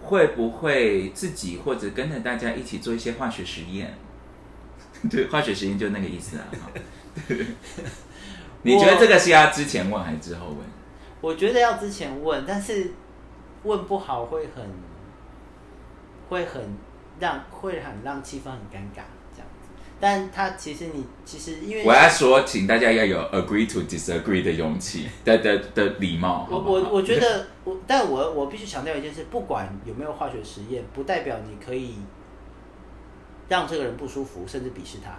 [SPEAKER 2] 会不会自己或者跟着大家一起做一些化学实验？ 对，化学实验就那个意思啊。哈 你觉得这个是要之前问还是之后问？
[SPEAKER 3] 我觉得要之前问，但是问不好会很，会很让会很让气氛很尴尬这样子。但他其实你其实因为
[SPEAKER 2] 我要说，请大家要有 agree to disagree 的勇气的的的礼貌，
[SPEAKER 3] 我
[SPEAKER 2] 好不
[SPEAKER 3] 我
[SPEAKER 2] 好？
[SPEAKER 3] 我觉得我，但我我必须强调一件事，不管有没有化学实验，不代表你可以让这个人不舒服，甚至鄙视他。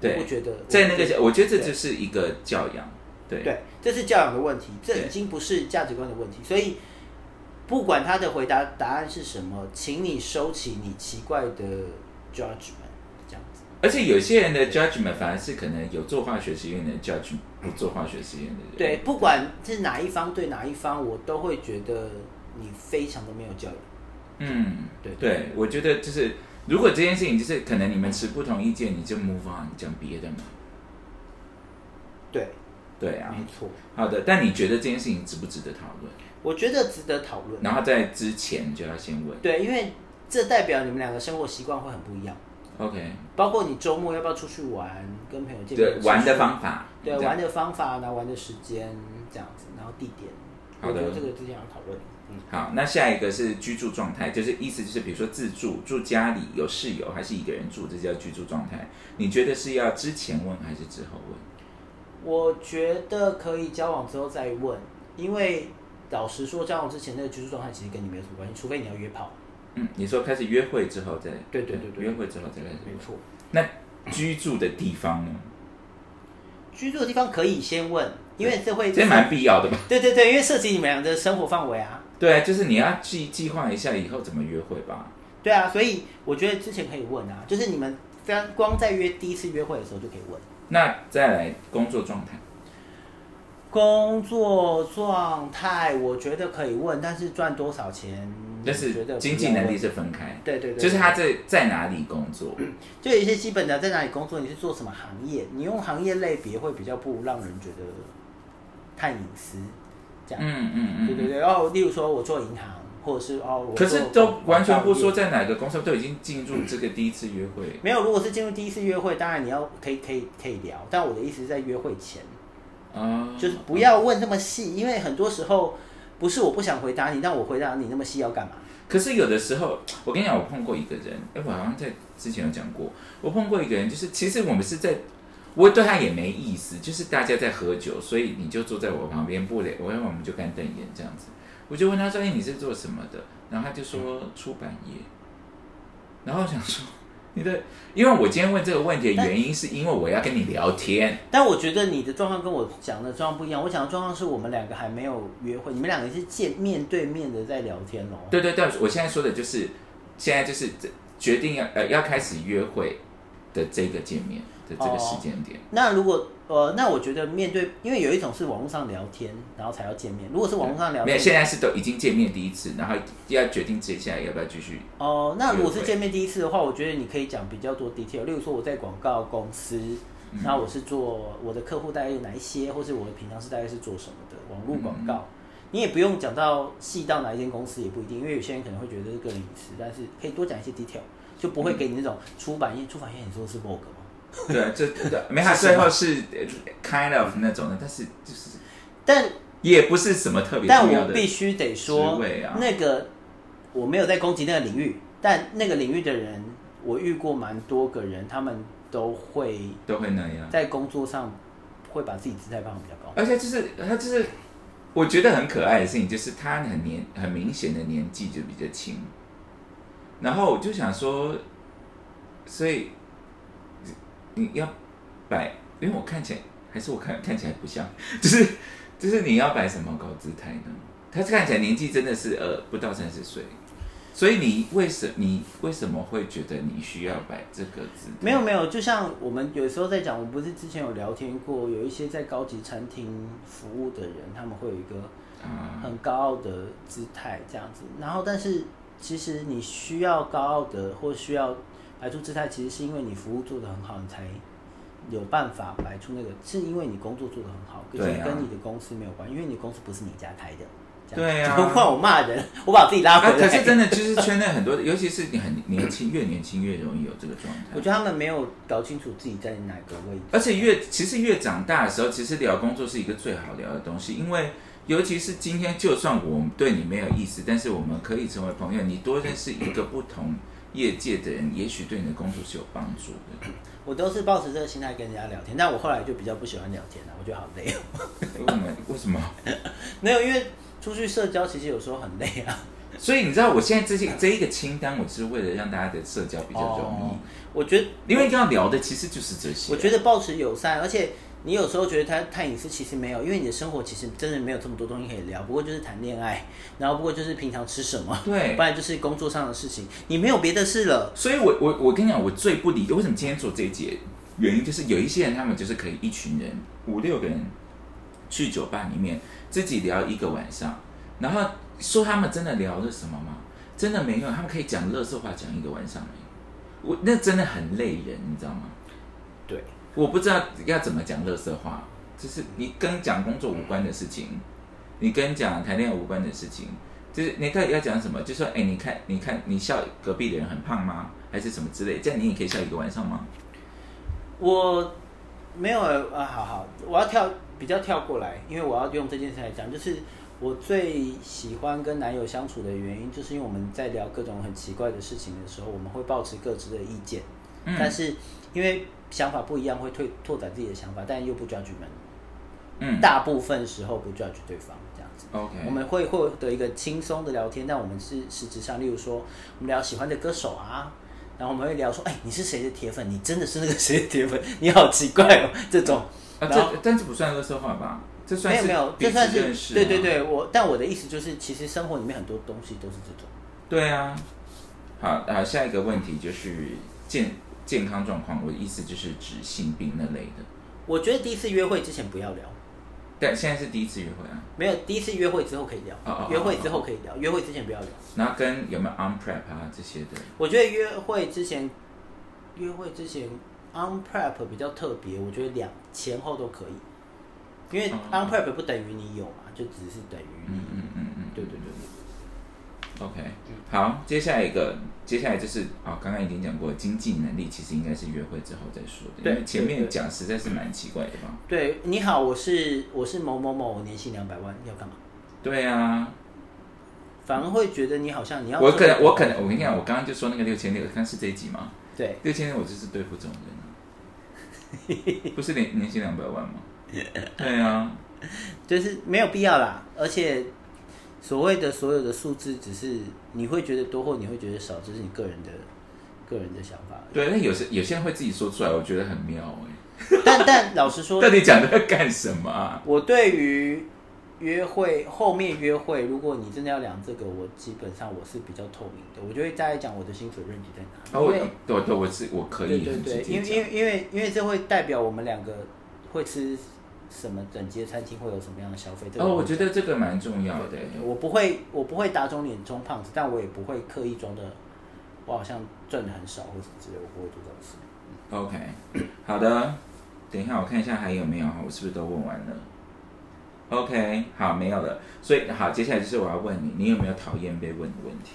[SPEAKER 2] 对
[SPEAKER 3] 我不觉得
[SPEAKER 2] 在那
[SPEAKER 3] 我不觉得
[SPEAKER 2] 个，我觉得这就是一个教养，对
[SPEAKER 3] 对，这是教养的问题，这
[SPEAKER 2] 对
[SPEAKER 3] 已经不是价值观的问题。所以，不管他的回答答案是什么，请你收起你奇怪的 judgment，这样子。
[SPEAKER 2] 而且有些人的 judgment 反而是可能有做化学实验的 judgment，不做化学实验的人。
[SPEAKER 3] 对，不管是哪一方对哪一方，我都会觉得你非常的没有教养。
[SPEAKER 2] 嗯，
[SPEAKER 3] 对
[SPEAKER 2] 对，我觉得就是，如果这件事情就是可能你们持不同意见，你就 move on 讲别的嘛。
[SPEAKER 3] 对，
[SPEAKER 2] 对啊，
[SPEAKER 3] 没错，
[SPEAKER 2] 好的。但你觉得这件事情值不值得讨论？
[SPEAKER 3] 我觉得值得讨论。
[SPEAKER 2] 然后在之前就要先问
[SPEAKER 3] 对，因为这代表你们两个生活习惯会很不一样，
[SPEAKER 2] ，OK？
[SPEAKER 3] 包括你周末要不要出去玩，跟朋友见
[SPEAKER 2] 对
[SPEAKER 3] 面，，
[SPEAKER 2] 玩的
[SPEAKER 3] 出去
[SPEAKER 2] 方法，
[SPEAKER 3] 对
[SPEAKER 2] 这样
[SPEAKER 3] 玩的方法，然后玩的时间这样子，然后地点，
[SPEAKER 2] 好
[SPEAKER 3] 我
[SPEAKER 2] 的
[SPEAKER 3] 觉得这个之前要讨论。嗯，
[SPEAKER 2] 好，那下一个是居住状态，就是意思就是，比如说自住，住家里有室友，还是一个人住，这叫居住状态。你觉得是要之前问还是之后问？
[SPEAKER 3] 我觉得可以交往之后再问，因为老实说，交往之前那个居住状态其实跟你没有什么关系，除非你要约炮。嗯
[SPEAKER 2] 嗯，你说开始约会之后再，
[SPEAKER 3] 对对对对
[SPEAKER 2] 约会之后再开始
[SPEAKER 3] 没错，
[SPEAKER 2] 问。那居住的地方呢？
[SPEAKER 3] 居住的地方可以先问，因为这会
[SPEAKER 2] 这蛮必要的吧？
[SPEAKER 3] 对对对，因为涉及你们俩的生活范围啊。
[SPEAKER 2] 对啊，就是你要计计划一下以后怎么约会吧。
[SPEAKER 3] 对啊，所以我觉得之前可以问啊，就是你们非常光在约第一次约会的时候就可以问。
[SPEAKER 2] 那再来工作状态，
[SPEAKER 3] 嗯工作状态我觉得可以问，但是赚多少钱，
[SPEAKER 2] 但
[SPEAKER 3] 我觉
[SPEAKER 2] 是
[SPEAKER 3] 得不
[SPEAKER 2] 经济
[SPEAKER 3] 要
[SPEAKER 2] 能力
[SPEAKER 3] 问
[SPEAKER 2] 是分开，
[SPEAKER 3] 对对对，
[SPEAKER 2] 就是他在在哪里工作。
[SPEAKER 3] 就有一些基本的在哪里工作，你是做什么行业，你用行业类别会比较不让人觉得太隐私，这样。
[SPEAKER 2] 嗯嗯嗯，
[SPEAKER 3] 对对对，然后例如说我做银行，或者是哦，我
[SPEAKER 2] 可是都完全不说
[SPEAKER 3] 这。
[SPEAKER 2] 在哪个公司，都已经进入这个第一次约会。
[SPEAKER 3] 没有，如果是进入第一次约会，当然你要可以可以可以聊，但我的意思是在约会前，
[SPEAKER 2] 啊，
[SPEAKER 3] 就是不要问那么细，因为很多时候不是我不想回答你，但我回答你那么细要干嘛？
[SPEAKER 2] 可是有的时候，我跟你讲，我碰过一个人，哎，我好像在之前有讲过，我碰过一个人，就是其实我们是在，我对他也没意思，就是大家在喝酒，所以你就坐在我旁边，不聊，我要我们就干瞪眼这样子。我就问他说：“哎，你是做什么的？”然后他就说出版业。然后我想说， 你的，因为我今天问这个问题的原因，是因为我要跟你聊天。
[SPEAKER 3] 但我觉得你的状况跟我讲的状况不一样，我讲的状况是我们两个还没有约会，你们两个是见面对面的在聊天哦。
[SPEAKER 2] 对对对，我现在说的就是，现在就是这决定要呃要开始约会的这个见面的这个时间点。
[SPEAKER 3] 那如果呃，那我觉得面对，因为有一种是网络上聊天，然后才要见面。如果是网络上聊
[SPEAKER 2] 没有，
[SPEAKER 3] 天，
[SPEAKER 2] 现在是都已经见面第一次，然后要决定接下来要不要继续。
[SPEAKER 3] 哦、那如果是见面第一次的话，我觉得你可以讲比较多 detail，例如说我在广告公司，
[SPEAKER 2] 嗯
[SPEAKER 3] 然后我是做我的客户大概有哪一些，或是我的平常是大概是做什么的网络广告。
[SPEAKER 2] 嗯
[SPEAKER 3] 你也不用讲到细到哪一间公司也不一定，因为有些人可能会觉得是个人隐私，但是可以多讲一些 detail，就不会给你那种出版业。出版业你说的是 Vogue 吗？
[SPEAKER 2] 对，这这没有，他
[SPEAKER 3] 是什么
[SPEAKER 2] 最后是呃 kind of 那种的，但是就是
[SPEAKER 3] 但
[SPEAKER 2] 也不是什么特别
[SPEAKER 3] 但
[SPEAKER 2] 重嗯要
[SPEAKER 3] 我
[SPEAKER 2] 的。
[SPEAKER 3] 必须得说
[SPEAKER 2] 职位啊，
[SPEAKER 3] 那个我没有在攻击那个领域，但那个领域的人，我遇过蛮多个人，他们都会
[SPEAKER 2] 都会那样。
[SPEAKER 3] 在工作上会把自己姿态放得比较高。
[SPEAKER 2] 而且就是他就是，我觉得很可爱的事情就是他很年很明显的年纪就比较轻，然后我就想说，所以你你要摆，因为我看起来还是我看看起来不像，就是就是你要摆什么高姿态呢？他看起来年纪真的是呃不到三十岁。所以你为什你为什么会觉得你需要摆这个姿态？
[SPEAKER 3] 没有没有，就像我们有时候在讲，我们不是之前有聊天过，有一些在高级餐厅服务的人，他们会有一个
[SPEAKER 2] 啊，
[SPEAKER 3] 很高傲的姿态这样子。然后，但是其实你需要高傲的或需要摆出姿态，其实是因为你服务做得很好，你才有办法摆出那个，是因为你工作做得很好，可
[SPEAKER 2] 对
[SPEAKER 3] 是
[SPEAKER 2] 啊
[SPEAKER 3] 跟你的公司没有关系，因为你公司不是你家开的。这样
[SPEAKER 2] 对啊
[SPEAKER 3] 不 然我骂人，我把我自己拉回
[SPEAKER 2] 啊，
[SPEAKER 3] 来。
[SPEAKER 2] 可是真的就是圈内很多，尤其是你很年轻，越年轻越容易有这个状
[SPEAKER 3] 我
[SPEAKER 2] 态。
[SPEAKER 3] 觉得他们没有搞清楚自己在哪个位置。
[SPEAKER 2] 而且越其实越长大的时候，其实聊工作是一个最好聊的东西，因为尤其是今天，就算我们对你没有意思，但是我们可以成为朋友。你多认识一个不同业界的人，也许对你的工作是有帮助的。
[SPEAKER 3] 我都是抱持这个心态跟人家聊天，但我后来就比较不喜欢聊天了，我觉得好累哦。
[SPEAKER 2] 为什么？为什么？
[SPEAKER 3] 没有，因为出去社交其实有时候很累啊，
[SPEAKER 2] 所以你知道，我现在这些这一个清单，我是为了让大家的社交比较容
[SPEAKER 3] 哦我觉得，
[SPEAKER 2] 易，因为要聊的其实就是这些。
[SPEAKER 3] 我觉得抱持友善，而且你有时候觉得他太隐私，其实没有，因为你的生活其实真的没有这么多东西可以聊，不过就是谈恋爱，然后不过就是平常吃什么，
[SPEAKER 2] 对
[SPEAKER 3] 不然就是工作上的事情，你没有别的事了。
[SPEAKER 2] 所以我我我跟你讲，我最不理解为什么今天做这一节，原因就是有一些人他们就是可以一群人五六个人去酒吧里面自己聊一个晚上，然后说他们真的聊了什么吗？真的没有，他们可以讲乐色话讲一个晚上而已我那真的很累人，你知道吗？
[SPEAKER 3] 对，
[SPEAKER 2] 我不知道要怎么讲乐色话，就是你跟讲工作无关的事情，你跟讲谈恋爱无关的事情，就是你到底要讲什么？就说哎、你看，你看，你笑隔壁的人很胖吗？还是什么之类？这样你也可以笑一个晚上吗？
[SPEAKER 3] 我没有啊，好好，我要跳比较跳过来，因为我要用这件事来讲，就是我最喜欢跟男友相处的原因，就是因为我们在聊各种很奇怪的事情的时候，我们会保持各自的意见，
[SPEAKER 2] 嗯
[SPEAKER 3] 但是因为想法不一样，会推拓展自己的想法，但又不 judge
[SPEAKER 2] 嗯
[SPEAKER 3] 大部分时候不 judge 对方这样子。
[SPEAKER 2] ，OK，
[SPEAKER 3] 我们会获得一个轻松的聊天，但我们是实质上，例如说，我们聊喜欢的歌手啊，然后我们会聊说，哎、你是谁的铁粉？你真的是那个谁的铁粉？ 你好奇怪哦，这种。
[SPEAKER 2] 啊，
[SPEAKER 3] 然后
[SPEAKER 2] 这但这不算乐色话吧？这算
[SPEAKER 3] 没
[SPEAKER 2] 是
[SPEAKER 3] 有没有，
[SPEAKER 2] 彼
[SPEAKER 3] 这
[SPEAKER 2] 此
[SPEAKER 3] 算
[SPEAKER 2] 认
[SPEAKER 3] 是
[SPEAKER 2] 识
[SPEAKER 3] 对
[SPEAKER 2] 啊
[SPEAKER 3] 对对，我但我的意思就是，其实生活里面很多东西都是这种。
[SPEAKER 2] 对啊。好啊，下一个问题就是健健康状况，我的意思就是指性病那类的。
[SPEAKER 3] 我觉得第一次约会之前不要聊，
[SPEAKER 2] 但现在是第一次约会啊，
[SPEAKER 3] 没有第一次约会之后可以聊，
[SPEAKER 2] 哦哦哦
[SPEAKER 3] 约会之后可以聊，约会之前不要聊。
[SPEAKER 2] 然后跟有没有 on prep 啊这些的，
[SPEAKER 3] 我觉得约会之前，约会之前 on prep 比较特别，我觉得两前后都可以，因为
[SPEAKER 2] 哦
[SPEAKER 3] on prep 不等于你有嘛，就只是等于
[SPEAKER 2] 嗯
[SPEAKER 3] 你。
[SPEAKER 2] 嗯嗯嗯，
[SPEAKER 3] 对对对对，嗯
[SPEAKER 2] OK，好，接下来一个，接下来就是啊、刚刚已经讲过，经济能力其实应该是约会之后再说的，
[SPEAKER 3] 对
[SPEAKER 2] 因为前
[SPEAKER 3] 对
[SPEAKER 2] 面
[SPEAKER 3] 对
[SPEAKER 2] 讲实在是蛮奇怪的吧？
[SPEAKER 3] 对你好，我是我是某某某，我年薪两百万，要干嘛？
[SPEAKER 2] 对啊，
[SPEAKER 3] 反而会觉得你好像你要
[SPEAKER 2] 我
[SPEAKER 3] 做
[SPEAKER 2] 可能我可能我跟你讲，我刚刚就说那个六千六，看是这一集吗？
[SPEAKER 3] 对
[SPEAKER 2] 六千六，我就是对付这种人啊，不是年年薪两百 万吗？对啊，
[SPEAKER 3] 就是没有必要啦，而且所谓的所有的数字，只是你会觉得多或你会觉得少，这是你个人的个人的想法而
[SPEAKER 2] 对，那有些有些人会自己说出来，我觉得很妙哎、
[SPEAKER 3] 已。但但老实 说
[SPEAKER 2] 到，底讲这个干什么啊？
[SPEAKER 3] 我对于约会后面约会，如果你真的要聊这个，我基本上我是比较透明的，我就会大概讲我的薪水认知在哪
[SPEAKER 2] 哦，
[SPEAKER 3] 里。
[SPEAKER 2] 我
[SPEAKER 3] 因为
[SPEAKER 2] 对对，我是我可
[SPEAKER 3] 对
[SPEAKER 2] 以
[SPEAKER 3] 对
[SPEAKER 2] 很直
[SPEAKER 3] 对，
[SPEAKER 2] 接
[SPEAKER 3] 因为
[SPEAKER 2] 讲
[SPEAKER 3] 因，为因为因为这会代表我们两个会吃什么等级的餐厅，会有什么样的消费。这个
[SPEAKER 2] 哦，我
[SPEAKER 3] 会
[SPEAKER 2] 觉得这个蛮重要的、
[SPEAKER 3] 我不会，我不会打肿脸充胖子，但我也不会刻意装的，我好像赚的很少或什么之类，我不会做这种事。
[SPEAKER 2] OK，好 的，等一下我看一下还有没有，我是不是都问完了？OK，好，没有了。所以好，接下来就是我要问你，你有没有讨厌被问的问题？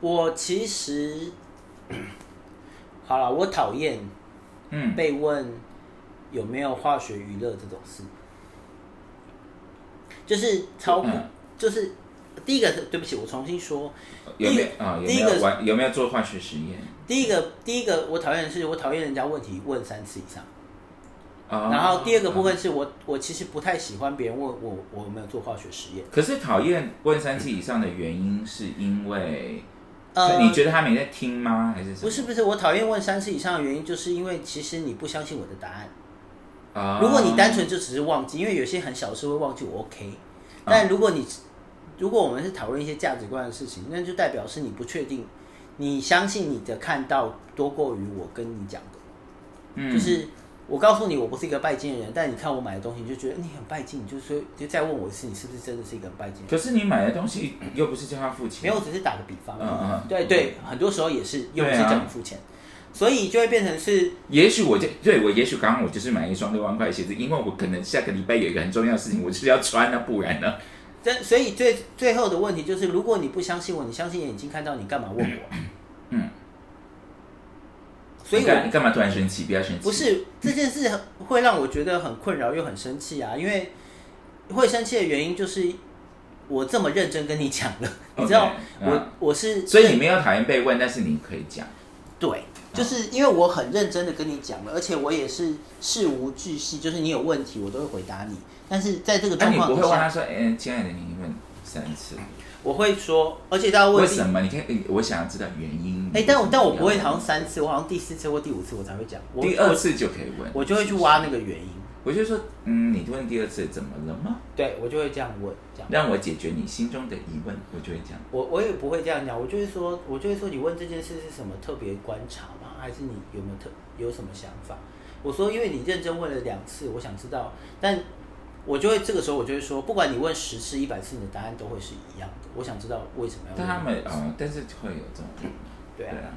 [SPEAKER 3] 我其实，好了，我讨厌
[SPEAKER 2] 嗯，
[SPEAKER 3] 被问有没有化学娱乐这种事，就是超过，
[SPEAKER 2] 嗯
[SPEAKER 3] 就是第一个是，对不起，我重新说，
[SPEAKER 2] 有没有
[SPEAKER 3] 第
[SPEAKER 2] 啊、有
[SPEAKER 3] 第
[SPEAKER 2] 没
[SPEAKER 3] 一个
[SPEAKER 2] 有玩？有没有做化学实验？
[SPEAKER 3] 第一个，第一个我讨厌的是，我讨厌人家问题问三次以上。
[SPEAKER 2] 哦
[SPEAKER 3] 然后第二个部分是我，我其实不太喜欢别人问我我有没有做化学实验。
[SPEAKER 2] 嗯可是讨厌问三次以上的原因，是因为、
[SPEAKER 3] 呃，
[SPEAKER 2] 你觉得他没在听吗？还是什么
[SPEAKER 3] 不是不是，我讨厌问三次以上的原因，就是因为其实你不相信我的答案。
[SPEAKER 2] 啊？
[SPEAKER 3] 如果你单纯就只是忘记，因为有些很小事会忘记，我 OK。但
[SPEAKER 2] 啊
[SPEAKER 3] 如果你如果我们是讨论一些价值观的事情，那就代表是你不确定，你相信你的看到多过于我跟你讲的，
[SPEAKER 2] 嗯
[SPEAKER 3] 就是。我告诉你，我不是一个拜金的人，但你看我买的东西，你就觉得你很拜金，你就说就再问我一次，你是不是真的是一个很拜金的人？
[SPEAKER 2] 可是你买的东西又不是叫他付钱，
[SPEAKER 3] 没有，我只是打个比方。
[SPEAKER 2] 嗯嗯嗯
[SPEAKER 3] 对对，很多时候也是用是
[SPEAKER 2] 对啊
[SPEAKER 3] 叫你付钱，所以就会变成是
[SPEAKER 2] 也许我就对我，也许刚刚我就是买一双六万块的鞋子，因为我可能下个礼拜有一个很重要的事情，我就是要穿啊，不然呢？
[SPEAKER 3] 这，所以最最后的问题就是，如果你不相信我，你相信眼睛看到，你干嘛问我？
[SPEAKER 2] 嗯，
[SPEAKER 3] 所以
[SPEAKER 2] 你干
[SPEAKER 3] 我
[SPEAKER 2] 你干嘛突然生气？不要生气，
[SPEAKER 3] 不是这件事很会让我觉得很困扰又很生气啊，因为会生气的原因就是我这么认真跟你讲 了，你知道
[SPEAKER 2] OK，
[SPEAKER 3] 我
[SPEAKER 2] 啊
[SPEAKER 3] 我是
[SPEAKER 2] 所以你没有讨厌被问，但是你可以讲，啊
[SPEAKER 3] 对，就是因为我很认真的跟你讲了，而且我也是事无巨细，就是你有问题我都会回答你，但是在这个
[SPEAKER 2] 那、
[SPEAKER 3] 状
[SPEAKER 2] 你
[SPEAKER 3] 况
[SPEAKER 2] 不
[SPEAKER 3] 底
[SPEAKER 2] 会问
[SPEAKER 3] 下，
[SPEAKER 2] 他说，哎、亲爱的，你问三次，
[SPEAKER 3] 我会说，而且到
[SPEAKER 2] 为
[SPEAKER 3] 问第
[SPEAKER 2] 什么？你看，哎我想要知道原因。
[SPEAKER 3] 哎、但我但我不会
[SPEAKER 2] 讨
[SPEAKER 3] 好
[SPEAKER 2] 厌。
[SPEAKER 3] 像三次，我好像第四次或第五次我才会讲。我
[SPEAKER 2] 第二次就可以问，
[SPEAKER 3] 我，我就会去挖那个原因，
[SPEAKER 2] 我就说，嗯，你问第二次怎么了吗？
[SPEAKER 3] 对我就会这样问，这样。
[SPEAKER 2] 让我解决你心中的疑问，我就会讲。
[SPEAKER 3] 我我也不会这样讲，我就会说，我就会说，你问这件事是什么特别观察吗？还是你有没有特有什么想法？我说，因为你认真问了两次，我想知道，但我就会这个时候我就会说，不管你问十次、一百次，你的答案都会是一样的。我想知道为什么要问。
[SPEAKER 2] 呃但他们啊、哦但是会有这种，
[SPEAKER 3] 对啊，
[SPEAKER 2] 啊。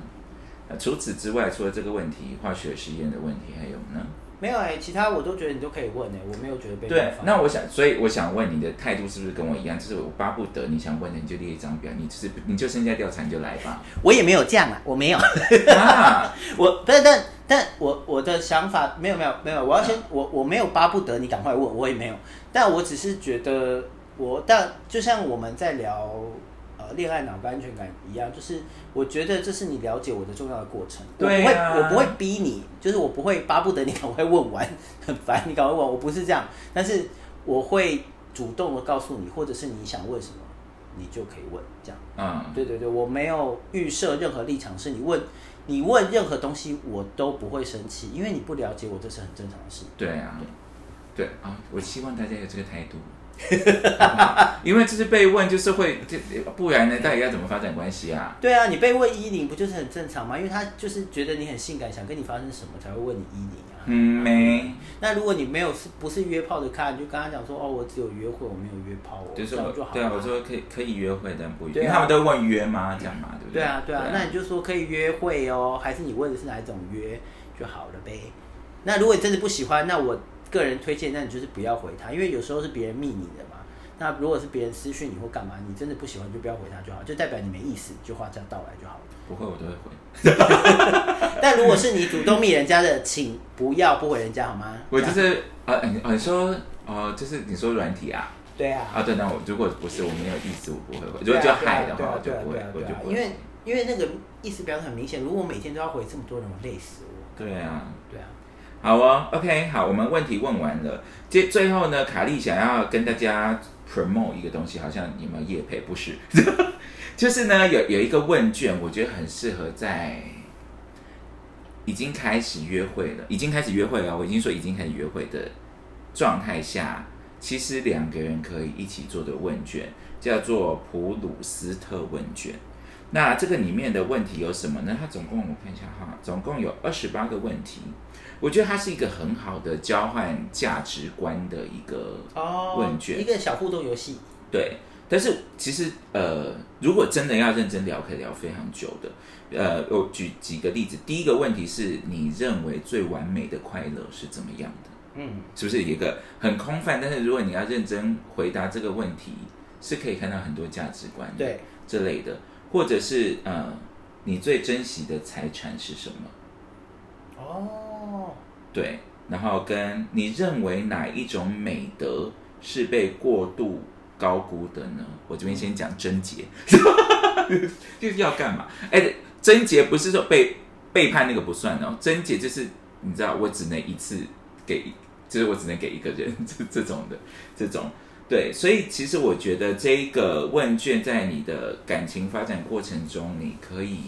[SPEAKER 2] 呃除此之外，除了这个问题，化学实验的问题还有呢？
[SPEAKER 3] 没有哎、其他我都觉得你都可以问哎、我没有觉得被冒
[SPEAKER 2] 对
[SPEAKER 3] 犯，
[SPEAKER 2] 那我想，所以我想问你的态度是不是跟我一样？就是我巴不得你想问的，你就列一张表，你就是你就身家调查你就来吧。
[SPEAKER 3] 我也没有这样啊，我没有，
[SPEAKER 2] 啊，
[SPEAKER 3] 我不是，但但我我的想法没有没有没有，我要先我我没有巴不得你赶快问，我也没有，但我只是觉得我但就像我们在聊呃恋爱脑跟安全感一样，就是我觉得这是你了解我的重要的过程，
[SPEAKER 2] 对啊
[SPEAKER 3] 我不会我不会逼你，就是我不会巴不得你赶快问完， 很烦你赶快问，我不是这样，但是我会主动的告诉你，或者是你想问什么，你就可以问这样。
[SPEAKER 2] 嗯，
[SPEAKER 3] 对对对，我没有预设任何立场，是你问你问任何东西，我都不会生气，因为你不了解我，这是很正常的事。
[SPEAKER 2] 对啊，对啊，我希望大家有这个态 度。好不好因为就是被问，就是会，这不然呢，到底要怎么发展关系啊？
[SPEAKER 3] 对啊，你被问依零不就是很正常吗？因为他就是觉得你很性感，想跟你发生什么才会问你依零啊。
[SPEAKER 2] 嗯，没，
[SPEAKER 3] 那如果你没有是不是约炮的咖，你就跟他讲说哦，我只有约会，我没有约炮哦，
[SPEAKER 2] 就是
[SPEAKER 3] 这样
[SPEAKER 2] 我
[SPEAKER 3] 就好，了。
[SPEAKER 2] 对啊，我说可以可以约会，但不约，因
[SPEAKER 3] 对啊
[SPEAKER 2] 为他们都问约吗？这样嘛，对不
[SPEAKER 3] 对
[SPEAKER 2] 对
[SPEAKER 3] 啊，对啊，那你就说可以约会哦，还是你问的是哪一种约就好了呗。那如果你真的不喜欢，那我个人推荐，那你就是不要回他，因为有时候是别人密你的嘛。那如果是别人私讯你或干嘛，你真的不喜欢就不要回他就好，就代表你没意思，就话这样到来就好 了。
[SPEAKER 2] 不会，我都会回。
[SPEAKER 3] 但如果是你主动密人家的，请不要不回人家好吗？
[SPEAKER 2] 我就
[SPEAKER 3] 这样
[SPEAKER 2] 是呃，你呃你说呃，就是你说软体啊
[SPEAKER 3] 对啊，
[SPEAKER 2] 啊，对，那我如果不是我没有意思，我不会回。如
[SPEAKER 3] 对
[SPEAKER 2] 果
[SPEAKER 3] 啊
[SPEAKER 2] 就嗨的
[SPEAKER 3] 对
[SPEAKER 2] 话，
[SPEAKER 3] 啊
[SPEAKER 2] 我就
[SPEAKER 3] 对啊
[SPEAKER 2] 不会
[SPEAKER 3] 对啊，
[SPEAKER 2] 我就
[SPEAKER 3] 对啊对啊
[SPEAKER 2] 不会。
[SPEAKER 3] 因为因为那个意思表示很明显，如果我每天都要回这么多人，我累死我。
[SPEAKER 2] 对啊，
[SPEAKER 3] 对啊，
[SPEAKER 2] 好哦，OK，好，我们问题问完了，接最后呢，卡莉想要跟大家 promote 一个东西，好像你们夜配不是，就是呢有有一个问卷，我觉得很适合在已经开始约会了，已经开始约会了，我已经说已经开始约会的状态下，其实两个人可以一起做的问卷，叫做普鲁斯特问卷。那这个里面的问题有什么呢？它总共我看一下哈，总共有二十八个问题。我觉得它是一个很好的交换价值观的一个
[SPEAKER 3] 哦，
[SPEAKER 2] 问卷
[SPEAKER 3] 一个小互动游戏。
[SPEAKER 2] 对，但是其实呃，如果真的要认真聊，可以聊非常久的。呃，我举几个例子，第一个问题是你认为最完美的快乐是怎么样的？
[SPEAKER 3] 嗯，
[SPEAKER 2] 是不是一个很空泛？但是如果你要认真回答这个问题，是可以看到很多价值观的
[SPEAKER 3] 对。
[SPEAKER 2] 这类的，或者是呃，你最珍惜的财产是什么？
[SPEAKER 3] 哦，
[SPEAKER 2] 对，然后跟你认为哪一种美德是被过度高估的呢？我这边先讲贞洁，就是要干嘛？哎，贞洁不是说被背叛那个不算哦，贞洁就是你知道，我只能一次给，就是我只能给一个人 这这种的这种。对，所以其实我觉得这个问卷在你的感情发展过程中，你可以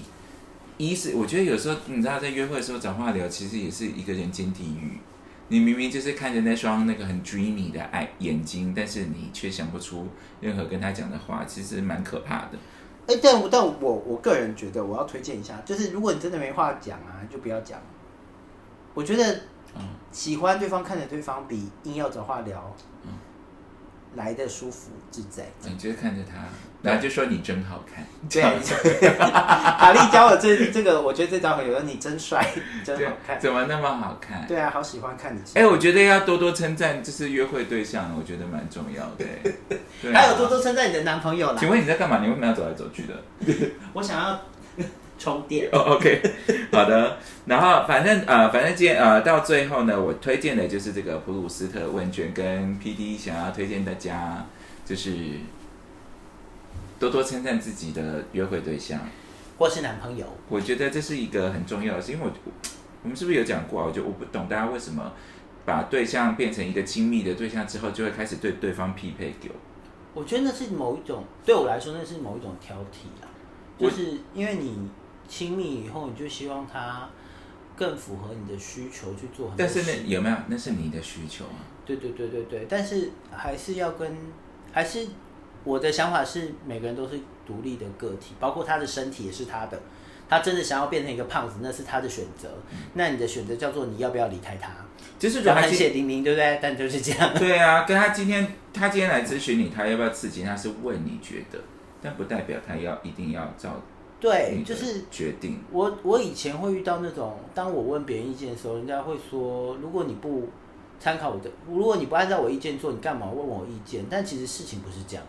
[SPEAKER 2] 一是我觉得有时候你知道在约会的时候找话聊，其实也是一个人间地狱。你明明就是看着那双那个很 dreamy 的爱眼睛，但是你却想不出任何跟他讲的话，其实蛮可怕的。
[SPEAKER 3] 哎、但我但我我个人觉得，我要推荐一下，就是如果你真的没话讲啊，就不要讲。我觉得
[SPEAKER 2] 嗯
[SPEAKER 3] 喜欢对方、看着对方，比硬要找话聊、
[SPEAKER 2] 嗯
[SPEAKER 3] 来的舒服自在。
[SPEAKER 2] 你就是看着他，然后就说你真好看，这
[SPEAKER 3] 对
[SPEAKER 2] 样，
[SPEAKER 3] 卡莉教我这这个，我觉得这招很有用。你真帅，你真
[SPEAKER 2] 对
[SPEAKER 3] 好看。
[SPEAKER 2] 怎么那么好看？
[SPEAKER 3] 对啊，好喜欢看你。
[SPEAKER 2] 哎、我觉得要多多称赞，就是约会对象，我觉得蛮重要 的、哎对啊
[SPEAKER 3] 还有多多称赞你的男朋友啦
[SPEAKER 2] 请。问你在干嘛？你为什么要走来走去的？
[SPEAKER 3] 我想要 充电。
[SPEAKER 2] 哦、o k 好的。然后反正呃，反正今天呃，到最后呢，我推荐的就是这个普鲁斯特问卷，跟 PD 想要推荐大家就是多多称赞自己的约会对象。
[SPEAKER 3] 或是男朋友，
[SPEAKER 2] 我觉得这是一个很重要的事，因为我我们是不是有讲过啊？我就我不懂大家为什么把对象变成一个亲密的对象之后，就会开始对对方匹配狗。
[SPEAKER 3] 我觉得那是某一种，对我来说那是某一种挑剔啦，
[SPEAKER 2] 我
[SPEAKER 3] 就是因为你亲密以后，你就希望他更符合你的需求去做很多
[SPEAKER 2] 但
[SPEAKER 3] 事
[SPEAKER 2] 是
[SPEAKER 3] 情。
[SPEAKER 2] 那有没有？那是你的需求啊。
[SPEAKER 3] 对对对对对，但是还是要跟，还是我的想法是，每个人都是独立的个体，包括他的身体也是他的。他真的想要变成一个胖子，那是他的选择。
[SPEAKER 2] 嗯
[SPEAKER 3] 那你的选择叫做你要不要离开他，
[SPEAKER 2] 就是如
[SPEAKER 3] 就
[SPEAKER 2] 果他
[SPEAKER 3] 很
[SPEAKER 2] 今
[SPEAKER 3] 血淋淋，对不对？但就是这 样。
[SPEAKER 2] 对啊，跟他今天他今天来咨询你，他要不要刺激？他是问你觉得，但不代表他要一定要照
[SPEAKER 3] 对，
[SPEAKER 2] 你的
[SPEAKER 3] 就是
[SPEAKER 2] 决定，
[SPEAKER 3] 我我以前会遇到那种，当我问别人意见的时候，人家会说，如果你不参考我的，如果你不按照我意见做，你干嘛问我意见？但其实事情不是这样，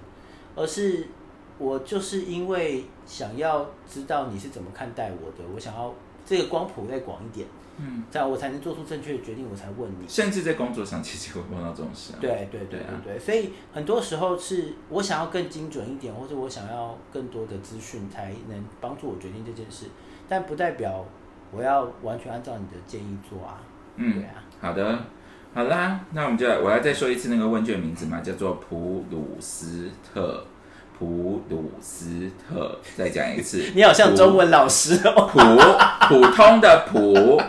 [SPEAKER 3] 而是我就是因为想要知道你是怎么看待我的，我想要这个光谱再广一点，
[SPEAKER 2] 嗯，
[SPEAKER 3] 这样我才能做出正确的决定，我才问你。
[SPEAKER 2] 甚至在工作上其实会碰到这种事、啊，，
[SPEAKER 3] 对对
[SPEAKER 2] 对
[SPEAKER 3] 对
[SPEAKER 2] 啊
[SPEAKER 3] 对对，所以很多时候是我想要更精准一点，或者我想要更多的资讯，才能帮助我决定这件事，但不代表我要完全按照你的建议做啊。
[SPEAKER 2] 嗯
[SPEAKER 3] 对，啊，
[SPEAKER 2] 好的，好啦，那我们就来我要再说一次那个问卷名字嘛，叫做普鲁斯特，普鲁斯特，再讲一次
[SPEAKER 3] ，你好像中文老师哦。
[SPEAKER 2] 普普通的普，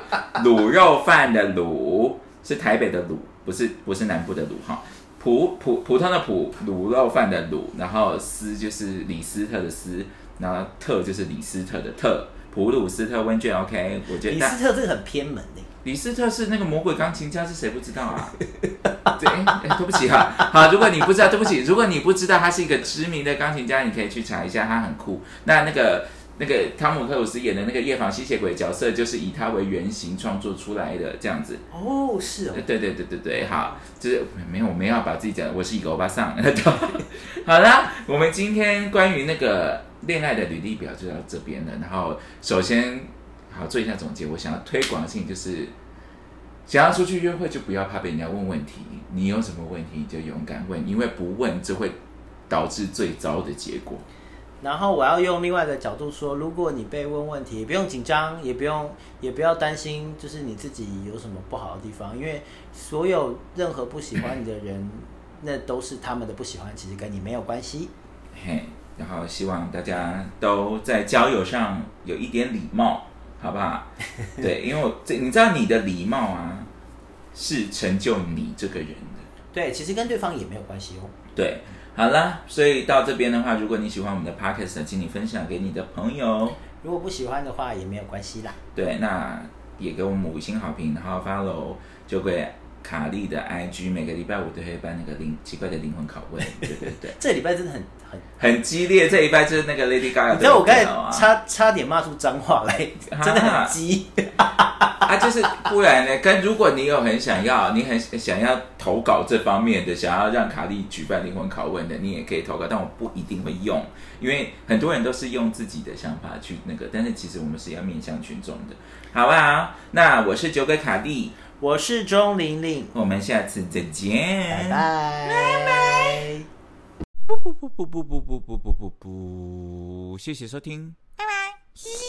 [SPEAKER 2] 卤肉饭的卤是台北的卤，不是不是南部的卤哈。普普普通的普，卤肉饭的卤，然后斯就是李斯特的斯，然后特就是李斯特的特，普鲁斯特温卷 OK，我觉得
[SPEAKER 3] 李
[SPEAKER 2] 大
[SPEAKER 3] 斯特这个很偏门欸的、
[SPEAKER 2] 李斯特是那个魔鬼钢琴家，是谁不知道啊？ 对、哎对不起哈、好，如果你不知道，对不起，如果你不知道他是一个知名的钢琴家，你可以去查一下，他很酷。那那个那个汤姆克鲁斯演的那个夜访吸血鬼角色，就是以他为原型创作出来的这样子。
[SPEAKER 3] 哦，是哦
[SPEAKER 2] 呃，对对对对对，好，就是没有我没有要把自己讲，我是一个欧巴桑。 好啦，我们今天关于那个恋爱的履历表就到这边了。然后首先，好做一下总结，我想要推广的事情就是，想要出去约会就不要怕被人家问问题，你有什么问题你就勇敢问，因为不问就会导致最糟的结果。
[SPEAKER 3] 然后我要用另外一个角度说，如果你被问问题，也不用紧张，也不用也不要担心，就是你自己有什么不好的地方，因为所有任何不喜欢你的人，那都是他们的不喜欢，其实跟你没有关系。
[SPEAKER 2] 嘿，然后希望大家都在交友上有一点礼貌，好不 好？对，因为我这你知道你的礼貌啊，是成就你这个人的。
[SPEAKER 3] 对，其实跟对方也没有关系哦。
[SPEAKER 2] 对，好啦，所以到这边的话，如果你喜欢我们的 podcast，请你分享给你的朋友。
[SPEAKER 3] 如果不喜欢的话也没有关系哦啦。
[SPEAKER 2] 对，那也给我们五星好评，然后 follow 就会。卡莉的 IG 每个礼拜五都会办那个灵奇怪的灵魂拷问，对对对，
[SPEAKER 3] 这礼拜真的很很，
[SPEAKER 2] 很激烈。这一拜就是那个 Lady Gaga，
[SPEAKER 3] 你知道我刚才
[SPEAKER 2] 的梗啊
[SPEAKER 3] 差差点骂出脏话来，真的很激。
[SPEAKER 2] 啊，就是不然呢？跟如果你有很想要，你很想要投稿这方面的，想要让卡莉举办灵魂拷问的，你也可以投稿，但我不一定会用，因为很多人都是用自己的想法去那个，但是其实我们是要面向群众的，好不好？那我是九哥卡莉，
[SPEAKER 3] 我是钟玲玲，
[SPEAKER 2] 我们下次再见，
[SPEAKER 3] 拜拜。嗯拜拜
[SPEAKER 2] 不不不不不不不不不不不，谢谢收听，拜拜。